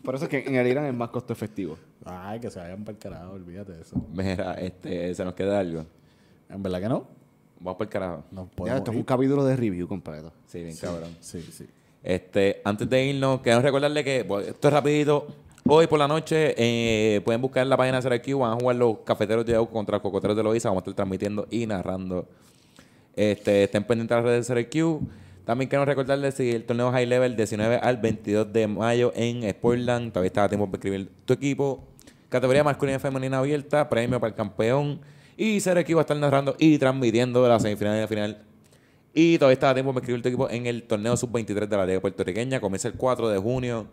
[SPEAKER 3] Por eso es que en el Irán es más costo efectivo.
[SPEAKER 1] Ay, que se vayan para el carajo, olvídate de eso.
[SPEAKER 2] Mira, este, se nos queda algo.
[SPEAKER 1] En verdad que no.
[SPEAKER 2] Vamos por el carajo.
[SPEAKER 1] No
[SPEAKER 3] Ya,
[SPEAKER 1] podemos
[SPEAKER 3] esto es
[SPEAKER 1] ir.
[SPEAKER 3] un capítulo de review completo.
[SPEAKER 2] Sí, bien, cabrón.
[SPEAKER 1] Sí, sí.
[SPEAKER 2] Este, antes de irnos, queremos recordarle que pues, esto es rapidito. Hoy por la noche eh, pueden buscar en la página de CRQ, van a jugar los cafeteros de Yauco contra los cocoteros de Loiza, vamos a estar transmitiendo y narrando. Este, estén pendientes de las redes de CRQ. También queremos recordarles si el torneo High Level 19 al 22 de mayo en Sportland. Todavía está a tiempo para escribir tu equipo. Categoría masculina y femenina abierta, premio para el campeón. Y CRQ va a estar narrando y transmitiendo la semifinal y la final Y todavía está a tiempo para escribir tu equipo en el torneo sub-23 de la Liga Puertorriqueña. Comienza el 4 de junio.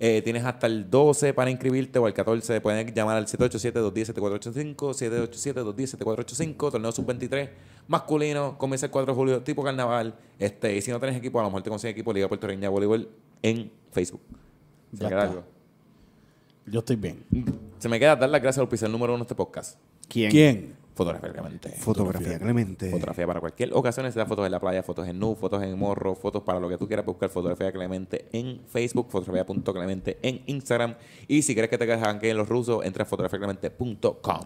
[SPEAKER 2] Eh, tienes hasta el 12 para inscribirte o el 14. Pueden llamar al 787-210-7485. 787-210-7485. Torneo sub-23 masculino. Comienza el 4 de julio, tipo carnaval. Este, y si no tienes equipo, a lo mejor te consigues equipo de Liga Puertorriqueña de Voleibol en Facebook. Se
[SPEAKER 1] Ya
[SPEAKER 2] me queda
[SPEAKER 1] está.
[SPEAKER 2] algo.
[SPEAKER 1] Yo estoy bien.
[SPEAKER 2] Se me queda dar las gracias al oficial número uno de este podcast.
[SPEAKER 3] ¿Quién?
[SPEAKER 1] ¿Quién?
[SPEAKER 2] Fotografía Clemente.
[SPEAKER 3] Fotografía Clemente.
[SPEAKER 1] Eh,
[SPEAKER 2] Fotografía para cualquier ocasión. Se da fotos en la playa, fotos en nu, fotos en morro, fotos para lo que tú quieras. Buscar fotografía Clemente en Facebook, fotografía.clemente en Instagram. Y si quieres que te en los rusos, entra a fotografiaclemente.com.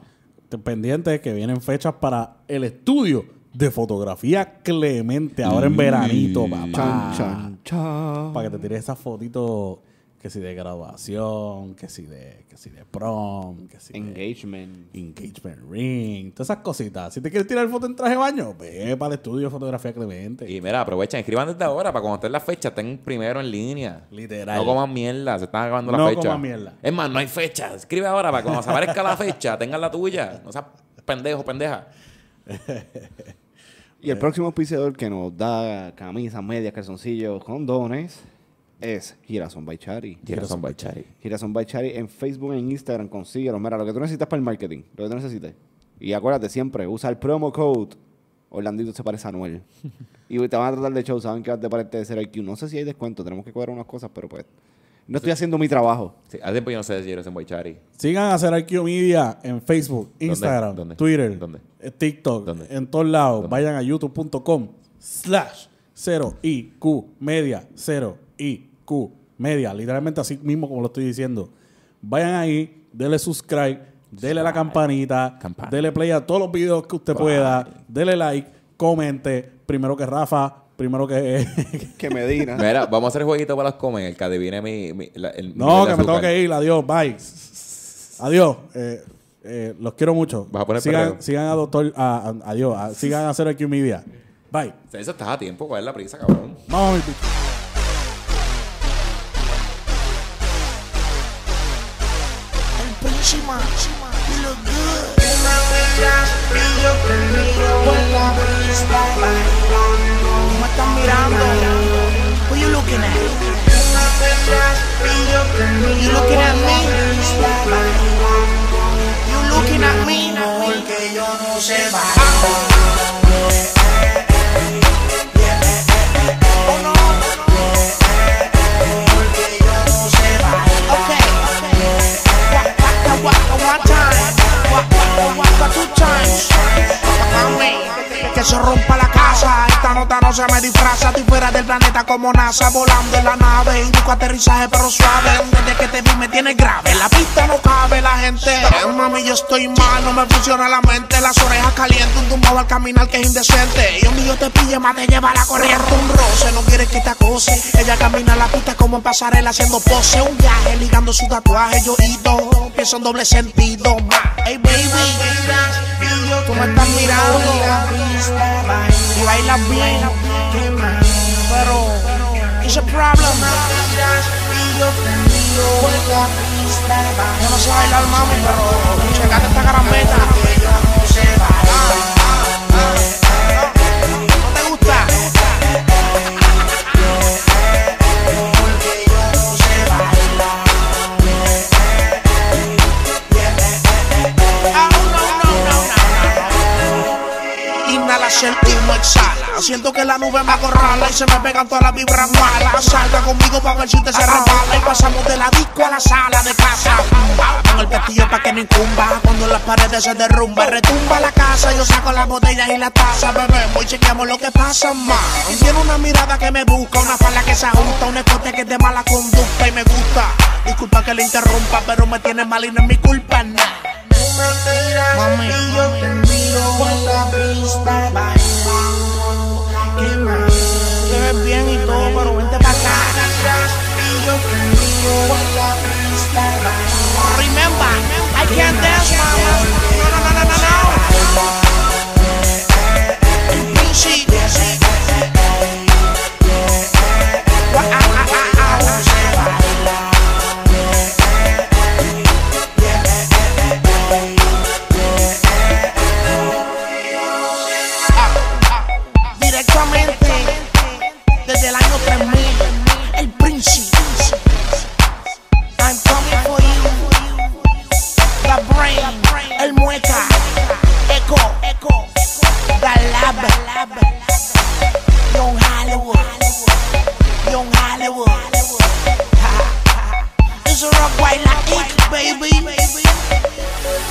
[SPEAKER 1] Ten pendiente que vienen fechas para el estudio de fotografía Clemente ahora en veranito, papá.
[SPEAKER 3] Chan, chan, chan.
[SPEAKER 1] Para que te tires esas fotitos que si de graduación, que si de, que si de prom, que si de
[SPEAKER 3] Engagement.
[SPEAKER 1] engagement ring, todas esas cositas. Si te quieres tirar foto en traje de baño, ve para el estudio de fotografía Clemente.
[SPEAKER 2] Y mira, aprovechen, escriban desde ahora para cuando esté la fecha, estén primero en línea.
[SPEAKER 1] Literal.
[SPEAKER 2] No coman mierda, se están acabando la
[SPEAKER 1] No
[SPEAKER 2] fecha.
[SPEAKER 1] coman mierda.
[SPEAKER 2] Es más, no hay fecha. Escribe ahora para que cuando se aparezca la fecha, tengan la tuya. No seas pendejo, pendeja.
[SPEAKER 3] Y el próximo auspiciador que nos da camisas, medias, calzoncillos, condones es Girasón Baichari.
[SPEAKER 2] Gerson Baichari.
[SPEAKER 3] Girasón Baichari en Facebook, en Instagram, consíguelo. Mira, lo que tú necesitas para el marketing, lo que tú necesitas. Y acuérdate siempre, usa el promo code Orlandito se parece a Anuel. y te van a tratar de show, saben que vas de parte de cero IQ. No sé si hay descuento, tenemos que cobrar unas cosas, pero pues no estoy haciendo mi trabajo.
[SPEAKER 2] Sí, hace tiempo yo no sé si Gerson Baichari.
[SPEAKER 1] Sigan a Serarquio Media en Facebook, Instagram,
[SPEAKER 2] ¿Dónde?
[SPEAKER 1] Twitter,
[SPEAKER 2] ¿Dónde?
[SPEAKER 1] eh, TikTok,
[SPEAKER 2] ¿Dónde?
[SPEAKER 1] en todos lados.
[SPEAKER 2] ¿Dónde?
[SPEAKER 1] Vayan a youtube.com slash 0IQ media, 0IQ media. Literalmente así mismo como lo estoy diciendo. Vayan ahí, denle subscribe, denle la campanita,
[SPEAKER 2] Campana.
[SPEAKER 1] denle play a todos los videos que usted pueda, denle like, comente, primero que Rafa, primero que...
[SPEAKER 3] Que Medina.
[SPEAKER 2] Mira, vamos a hacer jueguito para las comen, el que adivine mi... mi- la-
[SPEAKER 1] no, que
[SPEAKER 2] el nivel de
[SPEAKER 1] me tengo
[SPEAKER 2] azúcar.
[SPEAKER 1] que ir, adiós, bye. Adiós. eh, eh, los quiero mucho.
[SPEAKER 2] Vas a poner
[SPEAKER 1] sigan,
[SPEAKER 2] perreo.
[SPEAKER 1] sigan a doctor, a- a- adiós, a- sigan a Cero IQ Media. Bye.
[SPEAKER 2] O sea, Eso está a tiempo, ¿cuál es la prisa, cabrón?
[SPEAKER 1] Vamos, mi picho.
[SPEAKER 4] Puchima, you look good. En la playa, brillo conmigo. Vuela, está bailando. Me están mirando. Who you looking at? En la playa, brillo conmigo. You looking at me? Está bailando. You looking at me? Porque yo no sé bailar. Oh, no, no, no. Porque yo no sé bailar. Okay, okay. Waka, waka, waka, one time. Waka, waka, waka, two times. Mami, Que se rompa la casa, esta nota no se me disfraza. Estoy fuera del planeta como NASA, volando en la nave. Indico aterrizaje, pero suave. Desde que te vi me tienes grave. En la pista no cabe la gente. Eh, mami, yo estoy mal, no me funciona la mente. Las orejas calientes, un tumbado al caminar que es indecente. Y un mío te pille, más te lleva la corriente. Un roce, no quiere que te acose. Ella camina la pista como en pasarela haciendo pose. Un viaje ligando su tatuaje. Yo ido, pienso en doble sentido. ma. Hey baby, tú me estás mirando. Y bailas bien, pero. It's a problem. Yo no sé bailar, mami, pero checate esta carameta. Ah, ah, ¿No te gusta? Ah, no, no, no, no, no. Inhala, sentimos, exhala. Siento que la nube me acorrala y se me pegan todas las vibras malas. Salga conmigo para ver si te se resbala. Y pasamos de la disco a la sala de casa. Pumba, Con el castillo para que no incumba. Cuando las paredes se derrumban, retumba la casa. Yo saco las botellas y la taza. Bebemos y chequeamos lo que pasa más. Tiene una mirada que me busca, una falda que se ajusta, un escote que es de mala conducta y me gusta. Disculpa que le interrumpa, pero me tiene mal y no es mi culpa, nada. Mami, y yo te miro en la pista bailando. Qué mal. Te ves bien y todo, pero vente pa' acá. Y yo te miro en la pista bailando. Remember, I can't dance, mama. No, no, no, no, no, no. Pinchy. Wa- ah, ah, ah, ah. Directamente Hollywood. It's a rock white like ink, baby.